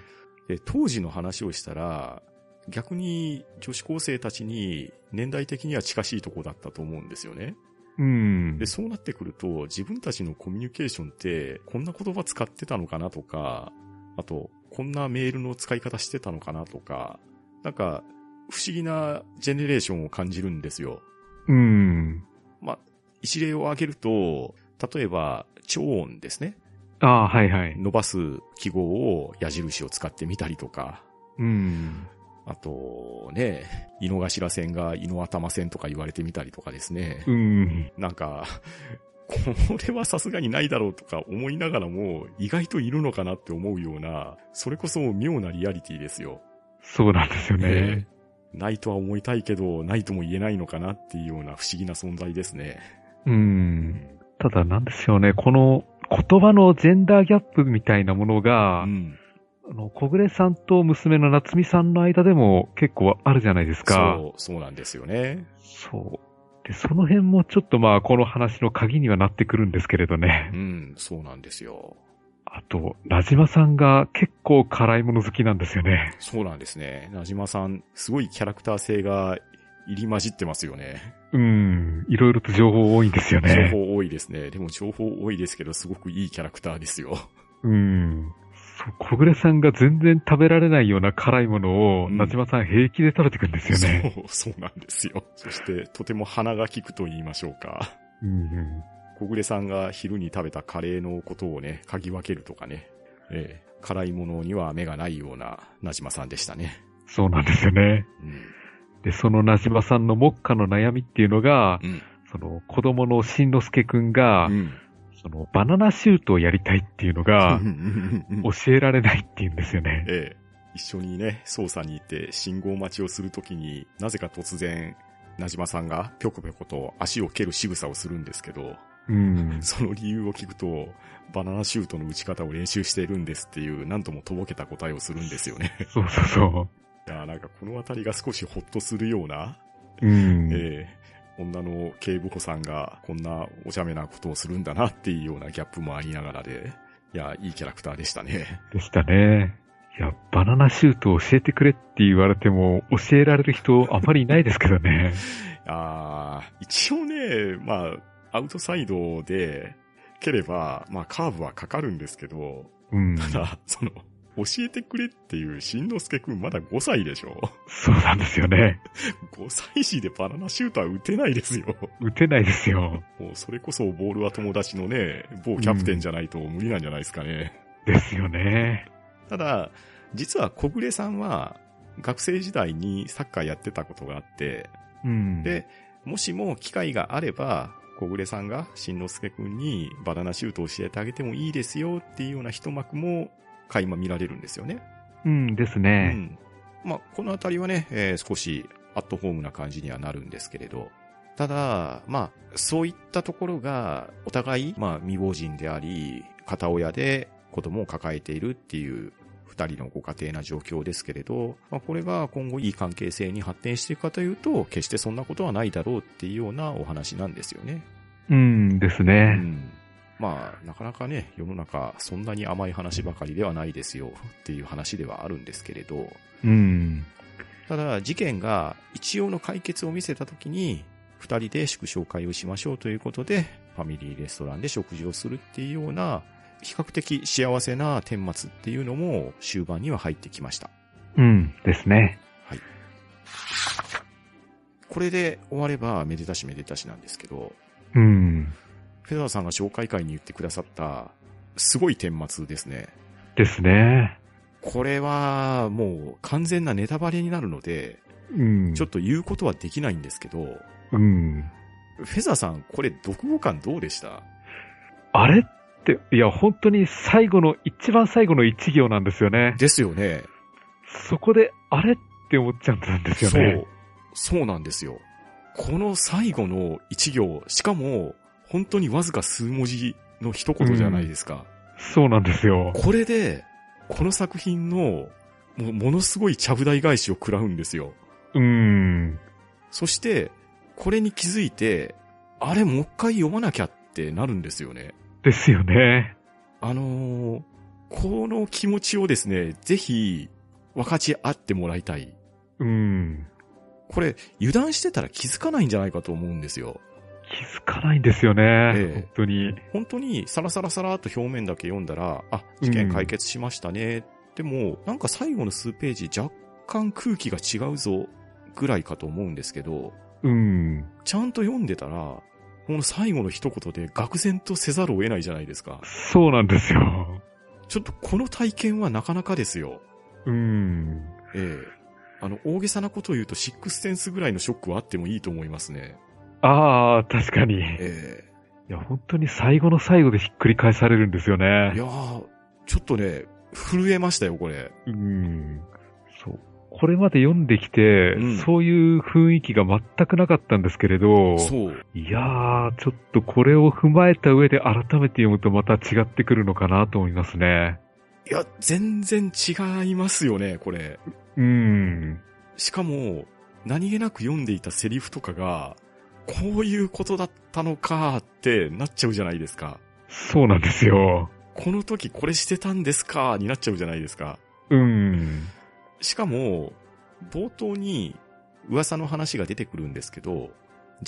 Speaker 1: で当時の話をしたら、逆に女子高生たちに年代的には近しいとこだったと思うんですよね。
Speaker 2: うん
Speaker 1: で、。そうなってくると自分たちのコミュニケーションってこんな言葉使ってたのかなとか、あとこんなメールの使い方してたのかなとか、なんか不思議なジェネレーションを感じるんですよ。
Speaker 2: うん。
Speaker 1: まあ、一例を挙げると、例えば超音ですね。
Speaker 2: ああ、はいはい。
Speaker 1: 伸ばす記号を矢印を使ってみたりとか、
Speaker 2: うん。
Speaker 1: あと、ね、井の頭線が井の頭線とか言われてみたりとかですね。
Speaker 2: うん。
Speaker 1: なんか、 これはさすがにないだろうとか思いながらも、意外といるのかなって思うような、それこそ妙なリアリティですよ。
Speaker 2: そうなんですよね。
Speaker 1: ないとは思いたいけど、ないとも言えないのかなっていうような不思議な存在ですね。
Speaker 2: うん。ただなんですよね、この言葉のジェンダーギャップみたいなものが、
Speaker 1: うん。
Speaker 2: あの小暮さんと娘の夏美さんの間でも結構あるじゃないですか。
Speaker 1: そう、そうなんですよね。
Speaker 2: そう。で、その辺もちょっとまあ、この話の鍵にはなってくるんですけれどね
Speaker 1: う。ん、そうなんですよ。
Speaker 2: あと、なじまさんが結構辛いもの好きなんですよね。
Speaker 1: そうなんですね。なじまさん、すごいキャラクター性が入り混じってますよね。
Speaker 2: うん。いろいろと情報多いんですよ
Speaker 1: 情
Speaker 2: ね。
Speaker 1: 報多いですね。でも情報多いですけど、すごくいいキャラクターですよ。
Speaker 2: うん。そう、小暮さんが全然食べられないような辛いものを、
Speaker 1: うん
Speaker 2: なじまさん平気で食べてくんですよね。
Speaker 1: そう、そうなんですよ。そして、とても鼻が利くと言いましょうか。
Speaker 2: うん。
Speaker 1: 小暮さんが昼に食べたカレーのことをね、嗅ぎ分けるとかね。ええ、辛いものには目がないような、なじまさんでしたね。
Speaker 2: そうなんですよね。
Speaker 1: うん。
Speaker 2: で、そのなじまさんの目下の悩みっていうのが、
Speaker 1: うん。
Speaker 2: その子供のしんのすけくんが
Speaker 1: う、ん。
Speaker 2: そのバナナシュートをやりたいっていうのが
Speaker 1: うん、うんうんうん
Speaker 2: 教えられないっていうんですよね。
Speaker 1: ええ。一緒にね、捜査に行って信号待ちをするときに、なぜか突然、なじまさんがぴょこぴょこと足を蹴る仕草をするんですけど、
Speaker 2: うん。
Speaker 1: その理由を聞くと、バナナシュートの打ち方を練習しているんですっていう、なんともとぼけた答えをするんですよね。
Speaker 2: そうそうそ
Speaker 1: いやーなんかこのあたりが少しホッとするような、
Speaker 2: う。うん。
Speaker 1: ええ女の警部補さんがこんなおちゃめなことをするんだなっていうようなギャップもありながらで、いやー、いいキャラクターでした ね。
Speaker 2: でしたね。いや、バナナシュートを教えてくれって言われても、教えられる人あまりいないですけど ね。
Speaker 1: あー一応ね、まあ、アウトサイドで蹴れば、まあカーブはかかるんですけど、
Speaker 2: うん。
Speaker 1: ただ、その、教えてくれっていう、しんのすけくんまだ5歳でしょ
Speaker 2: そうなんですよね。
Speaker 1: 5歳児でバナナシュートは打てないですよ。
Speaker 2: 打てないですよ。
Speaker 1: もうそれこそボールは友達のね、某キャプテンじゃないと無理なんじゃないですかね。
Speaker 2: ですよね。
Speaker 1: ただ、実は小暮さんは学生時代にサッカーやってたことがあって、
Speaker 2: うん。
Speaker 1: で、もしも機会があれば、小暮さんがしんのすけくんにバナナシュートを教えてあげてもいいですよっていうような一幕も垣間見られるんですよね。
Speaker 2: うんです
Speaker 1: う
Speaker 2: ね。
Speaker 1: ん。まあ、このあたりはね、えー少しアットホームな感じにはなるんですけれど。ただ、まあ、そういったところが、お互い、まあ、未亡人であり、片親で子供を抱えているっていう、二人のご家庭な状況ですけれど、まあ、これが今後いい関係性に発展していくかというと、決してそんなことはないだろうっていうようなお話なんですよね。
Speaker 2: うんです
Speaker 1: う
Speaker 2: ね。
Speaker 1: ん。まあ、なかなかね、世の中、そんなに甘い話ばかりではないですよっていう話ではあるんですけれど、
Speaker 2: うん。
Speaker 1: ただ、事件が一応の解決を見せたときに、二人で祝勝会をしましょうということで、ファミリーレストランで食事をするっていうような、比較的幸せな顛末っていうのも終盤には入ってきました。
Speaker 2: うんですね。
Speaker 1: これで終われば、めでたしめでたしなんですけど、
Speaker 2: うん。
Speaker 1: フェザーさんが紹介会に言ってくださった、すごい顛末ですね。
Speaker 2: ですね。
Speaker 1: これは、もう完全なネタバレになるので、
Speaker 2: うん。
Speaker 1: ちょっと言うことはできないんですけど、
Speaker 2: うん。
Speaker 1: フェザーさん、これ、読語感どうでした
Speaker 2: あれって、いや、本当に最後の、一番最後の一行なんですよね。
Speaker 1: ですよね。
Speaker 2: そこで、あれって思っちゃったんですよ
Speaker 1: そ
Speaker 2: ね
Speaker 1: う。。そうなんですよ。この最後の一行、しかも、本当にわずか数文字の一言じゃないですか。
Speaker 2: そうなんですよ。
Speaker 1: これで、この作品の、もうものすごいちゃぶ台返しを食らうんですよ。
Speaker 2: うん。
Speaker 1: そして、これに気づいて、あれもう一回読まなきゃってなるんですよね。
Speaker 2: ですよね。
Speaker 1: あのーこの気持ちをですね、ぜひ、分かち合ってもらいたい。
Speaker 2: うん。
Speaker 1: これ、油断してたら気づかないんじゃないかと思うんですよ。
Speaker 2: 気づかないんですよね。
Speaker 1: ええ
Speaker 2: 本当に。
Speaker 1: 本当に、サラサラサラっと表面だけ読んだら、あ、事件解決しましたね。でも、なんか最後の数ページ、若干空気が違うぞ、ぐらいかと思うんですけど、
Speaker 2: うん。
Speaker 1: ちゃんと読んでたら、この最後の一言で愕然とせざるを得ないじゃないですか。
Speaker 2: そうなんですよ。
Speaker 1: ちょっとこの体験はなかなかですよ。
Speaker 2: うん。
Speaker 1: ええあの、大げさなことを言うと、シックスセンスぐらいのショックはあってもいいと思いますね。
Speaker 2: ああ、確かに。い
Speaker 1: え
Speaker 2: や、本当に最後の最後でひっくり返されるんですよ
Speaker 1: えい
Speaker 2: ね。
Speaker 1: やー、ちょっとね、震えましたよ、これ。
Speaker 2: うん。そう。これまで読んできて、
Speaker 1: うん
Speaker 2: そういう雰囲気が全くなかったんですけれど、
Speaker 1: そう。
Speaker 2: いやー、ちょっとこれを踏まえた上で改めて読むとまた違ってくるのかなと思いますね。
Speaker 1: いや、全然違いますよね、これ。
Speaker 2: うん。
Speaker 1: しかも、何気なく読んでいたセリフとかが、こういうことだったのかってなっちゃうじゃないですか。
Speaker 2: そうなんですよ。
Speaker 1: この時これしてたんですかになっちゃうじゃないですか。
Speaker 2: うん。
Speaker 1: しかも、冒頭に噂の話が出てくるんですけど、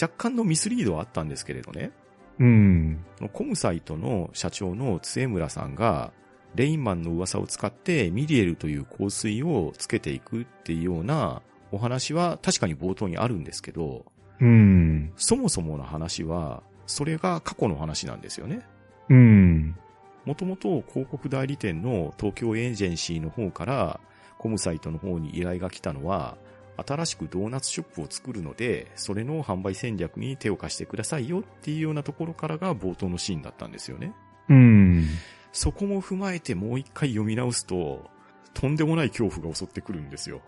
Speaker 1: 若干のミスリードはあったんですけれどね、
Speaker 2: うん。
Speaker 1: そのコムサイトの社長の杖村さんが、レインマンの噂を使ってミリエルという香水をつけていくっていうようなお話は確かに冒頭にあるんですけど、
Speaker 2: うん。
Speaker 1: そもそもの話は、それが過去の話なんですよね。
Speaker 2: うん。
Speaker 1: もともと広告代理店の東京エージェンシーの方からコムサイトの方に依頼が来たのは、新しくドーナツショップを作るので、それの販売戦略に手を貸してくださいよっていうようなところからが冒頭のシーンだったんですよね。
Speaker 2: うん。
Speaker 1: そこも踏まえてもう一回読み直すと、とんでもない恐怖が襲ってくるんですよ。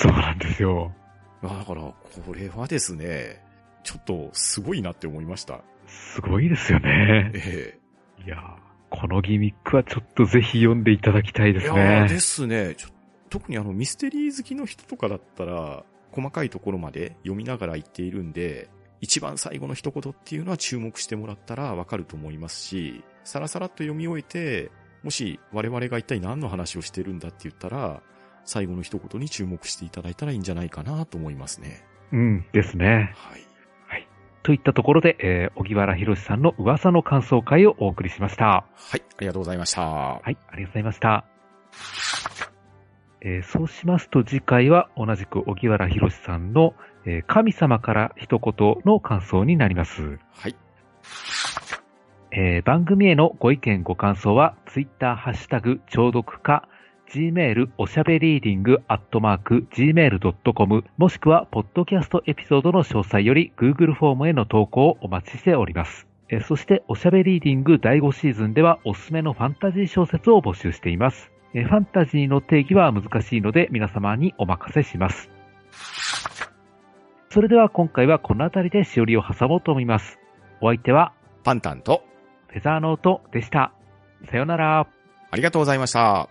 Speaker 2: そうなんですよ。
Speaker 1: あだから、これはですね、ちょっとすごいなって思いました。
Speaker 2: すごいですよね。
Speaker 1: え
Speaker 2: いやーこのギミックはちょっとぜひ読んでいただきたい
Speaker 1: え
Speaker 2: です
Speaker 1: いやー
Speaker 2: ね。
Speaker 1: ですね。ちょ特にあのミステリー好きの人とかだったら、細かいところまで読みながら言っているんで、一番最後の一言っていうのは注目してもらったらわかると思いますし、さらさらっと読み終えて、もし我々が一体何の話をしてるんだって言ったら、最後の一言に注目していただいたらいいんじゃないかなと思いますね。
Speaker 2: うん、ですね。
Speaker 1: はい。
Speaker 2: といったところで、えー、小原博さんの噂の感想会をお送りしました。
Speaker 1: はい、ありがとうございました。
Speaker 2: はい、ありがとうございました。えーそうしますと次回は同じく小原博さんの、えー神様から一言の感想になります。
Speaker 1: はい。
Speaker 2: えー番組へのご意見ご感想は、ツイッターハッシュタグ、聴読か、gmail おしゃべりーディングアットマーク gmail.com もしくは、ポッドキャストエピソードの詳細より Google フォームへの投稿をお待ちしております。えーそして、おしゃべりーディング第5シーズンでは、おすすめのファンタジー小説を募集しています。えーファンタジーの定義は難しいので、皆様にお任せします。それでは今回はこの辺りでしおりを挟もうと思います。お相手は、
Speaker 1: パンタンと、
Speaker 2: フェザーノートでした。さよなら。
Speaker 1: ありがとうございました。